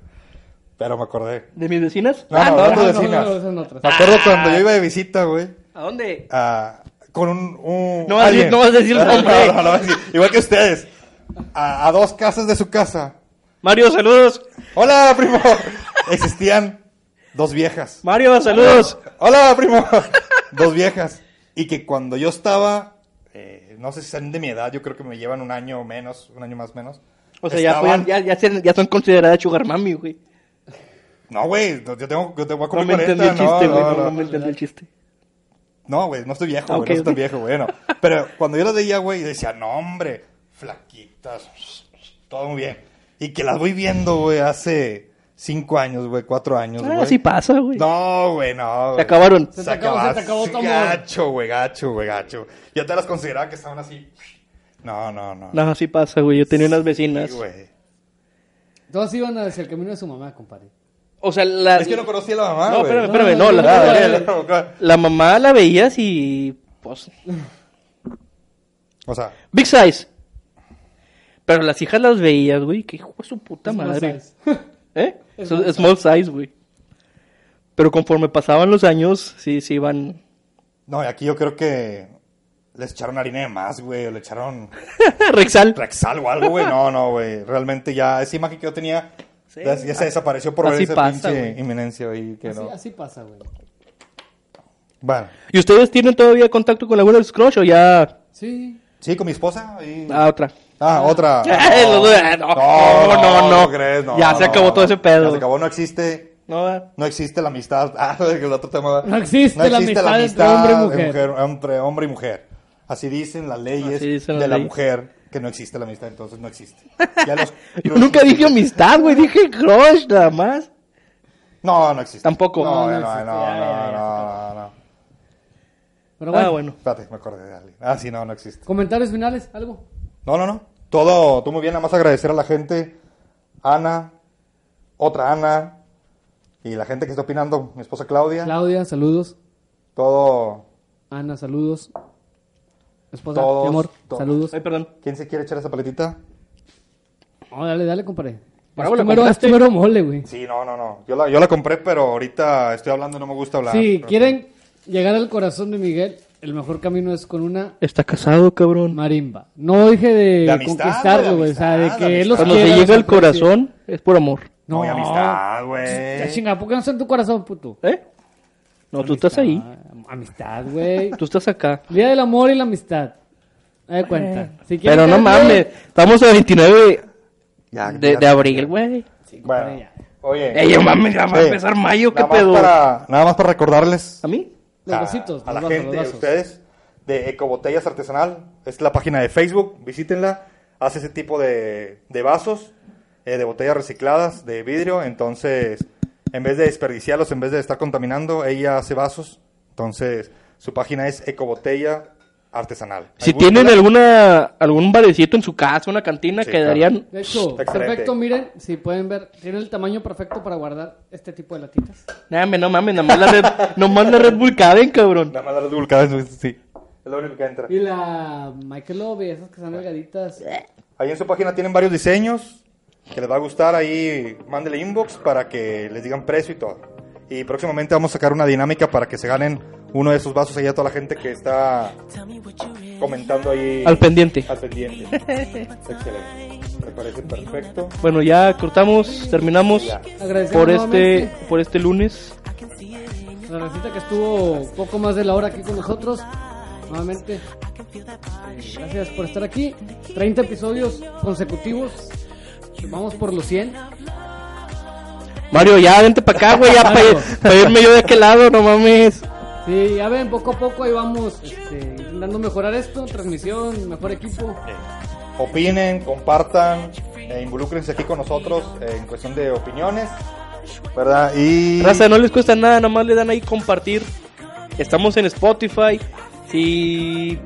Pero me acordé.
¿De mis vecinas?
Ah, No, no, hablando
Ah, no,
de
no,
vecinas.
no, son otras.
Me acuerdo cuando
Ah.
yo iba de visita, güey.
¿A dónde?
a- con un. un-
No vas a decir-
alguien.
no vas a decir el nombre.
No, no, no vas a decir. Igual que ustedes. A, a dos casas de su casa.
Mario, saludos.
Hola, primo. Existían dos viejas.
Mario, saludos.
Hola, primo. Dos viejas. Y que cuando yo estaba, eh, no sé si son de mi edad, yo creo que me llevan un año o menos, un año más menos.
O sea, ya,
Estaban-
fueron- ya, ya, se- ya son consideradas sugar mami, güey.
No, güey, no, yo tengo, yo te voy a
No
cumplir
me entendí
40.
el chiste, güey.
no,
No,
no,
no
no.
me entendí el chiste.
No, güey, no estoy viejo, güey,
Ok,
no estoy
ok.
viejo, güey, no. Pero cuando yo las veía, güey, yo decía, no, hombre, flaquitas, todo muy bien. Y que las voy viendo, güey, hace cinco años, güey, cuatro años, güey.
Ah, sí pasa, güey.
No, güey, no.
Se
güey.
acabaron.
Se te acabó, se te acabó tu amor.
Gacho, güey, gacho, güey, gacho. Yo te las consideraba que estaban así. No, no, no.
No, sí pasa, güey. Yo tenía unas vecinas.
Sí, güey.
Todos iban hacia el camino de su mamá, compadre.
o sea, la.
Es que no conocí a la mamá,
No,
güey.
espérame, espérame. No,
No,
la,
no, no,
Ah,
no,
la-
bien, no, claro.
la mamá la veías y. Pues.
O sea,
Big size. Pero las hijas las veías, güey. Que hijo de su puta
Es más
madre.
size.
¿Eh?
Es
So-
más
Small size, güey. Pero conforme pasaban los años, sí, sí iban.
no, y aquí yo creo que les echaron harina de más, güey, o le echaron
Rexal.
Rexal o algo, güey. No, no, güey. Realmente ya esa imagen que yo tenía
Sí.
ya, ya se desapareció por ver
Así
esa
pasa,
pinche
güey.
inminencia ahí que
Así,
no.
así pasa, güey.
Bueno,
¿Y ustedes tienen todavía contacto con alguna de sus crush o ya
Sí.
sí, con mi esposa y...
a otra?
Ah, otra.
Eh, no, no, no, no, no.
crees, no,
Ya se
no,
acabó
no.
todo ese pedo.
Ya se acabó, no existe,
No, eh.
no existe la amistad. Ah, el otro tema. ¿verdad?
No existe la amistad entre hombre y
de
mujer.
Entre hombre y mujer. Así dicen las leyes
Así dicen
de
las
la
leyes.
mujer que no existe la amistad, entonces no existe. Ya los-
Yo nunca dije amistad, güey. Dije crush nada más.
No, no existe.
Tampoco.
No,
No,
no,
no
no,
existe.
no,
Ya, ya, ya, ya,
no, no.
Pero bueno,
Ah, bueno.
Espérate, me acordé de alguien. Ah, sí, no, no existe.
comentarios finales, algo.
No, no, no. Todo, tú muy bien, nada más agradecer a la gente, Ana, otra Ana, y la gente que está opinando, mi esposa Claudia.
Claudia, saludos.
Todo,
Ana, saludos. esposa,
Todos,
mi amor,
todos.
saludos.
Ay, perdón.
¿Quién se quiere echar esa paletita?
No, Oh, dale, dale, compadre.
Bravo,
Es
la
tu mero- es tu
compraste.
mero mole, güey.
Sí, no, no, no. Yo la, yo la compré, pero ahorita estoy hablando y no me gusta hablar.
Si
Pero-
quieren llegar al corazón de Miguel, el mejor camino es con una
Está casado, cabrón.
marimba. No dije de
De amistad,
conquistarlo,
de
güey. O sea, de
amistad,
que
de
él los
Cuando
amistad.
quiera,
se
los
llega al
aprecia.
corazón, es por amor.
No, hay amistad, eh. güey.
Ya chinga, ¿por qué no está en tu corazón, puto?
¿Eh? No, tú estás ahí.
Ah, Amistad, güey.
Tú estás acá.
Día del amor y la amistad. Haz de cuenta. Si quieren
Pero no
que-
mames. Estamos a 29
Ya,
de,
ya-
de abril, güey.
Sí, compadre,
Bueno,
ya.
oye.
Ey, no mames, ya va a
Sí.
empezar mayo, qué
nada más
pedo.
para- nada más para recordarles
¿A mí?
Los
a-
vasitos,
a
los
la
vasos,
gente,
los
a
vasos.
ustedes, de Ecobotellas Artesanal. Es la página de Facebook, visítenla. Hace ese tipo de, de vasos, eh, de botellas recicladas, de vidrio. Entonces, en vez de desperdiciarlos, en vez de estar contaminando, ella hace vasos. Entonces, su página es Ecobotella Artesanal. Ahí
Si
búsquenla.
tienen alguna algún barecito en su casa, una cantina,
Sí,
quedarían...
De hecho,
Excelente.
perfecto, miren, si pueden ver, tiene el tamaño perfecto para guardar este tipo de latitas.
Nah, me- no mames, nomás la Red, nomás la Red Bull caben, cabrón.
Nada más darle dulce cada vez, sí. Es lo único que entra.
Y la Michael Love, esas que están delgaditas.
Ahí en su página tienen varios diseños que les va a gustar. Ahí mándele inbox para que les digan precio y todo. Y próximamente vamos a sacar una dinámica para que se ganen uno de esos vasos ahí a toda la gente que está comentando ahí.
Al pendiente.
Al pendiente. Excelente. Me parece perfecto.
Bueno, ya cortamos, terminamos
Agradecemos
por este,
nuevamente
por este lunes.
a Pues, La recita que estuvo poco más de la hora aquí con nosotros. Nuevamente, Eh, gracias por estar aquí. 30 episodios consecutivos. Vamos por los 100.
Mario, ya vente para acá, güey, ya
Mario.
para irme yo de aquel lado, no mames.
Sí, ya ven, poco a poco ahí vamos este, intentando mejorar esto. Transmisión, mejor equipo.
Opinen, compartan, e involúcrense aquí con nosotros eh, en cuestión de opiniones. ¿Verdad? Y.
Raza, no les cuesta nada, nomás le dan ahí compartir. Estamos en Spotify. Si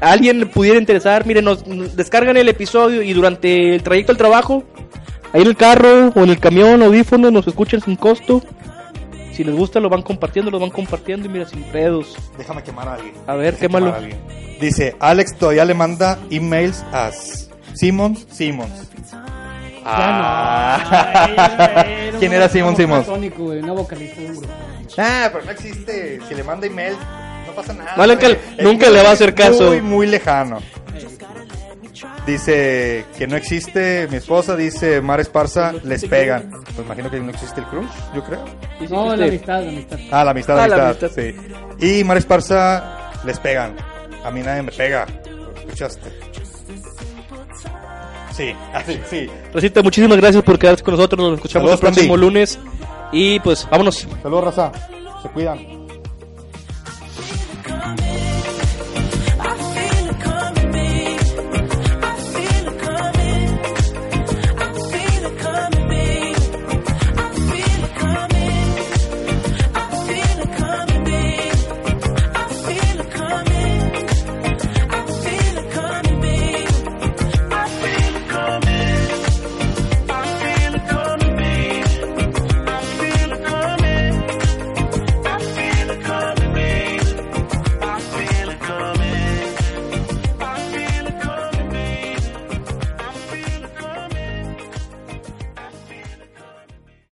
a alguien le pudiera interesar, miren, nos, nos descargan el episodio y durante el trayecto al trabajo, ahí en el carro o en el camión, audífonos, nos escuchan sin costo. Si les gusta, lo van compartiendo, lo van compartiendo y mira, sin redos.
Déjame quemar a alguien.
A ver,
Déjame
quémalo.
quemar a alguien. Dice, Alex todavía le manda emails a Simmons Simmons. Ah. ¿Quién era Simmons Simmons?
Tónico, güey, una vocalista de un grupo.
Ah, pero no existe. Si le manda emails, no pasa nada.
No, nunca-
güey. Es
nunca le va a hacer caso.
Muy, muy lejano. Dice que no existe. Mi esposa dice, Mar Esparza, les pegan. Pues imagino que no existe el crush, yo creo.
No, la amistad, la amistad.
Ah, la amistad, la
Ah, la
amistad. sí. Y Mar Esparza, les pegan. A mí nadie me pega. ¿Lo escuchaste? Sí, así, sí.
Racita, muchísimas gracias por quedarse con nosotros. Nos escuchamos
Saludos,
el próximo
Pandi.
lunes. Y pues, vámonos.
Saludos, raza. Se cuidan.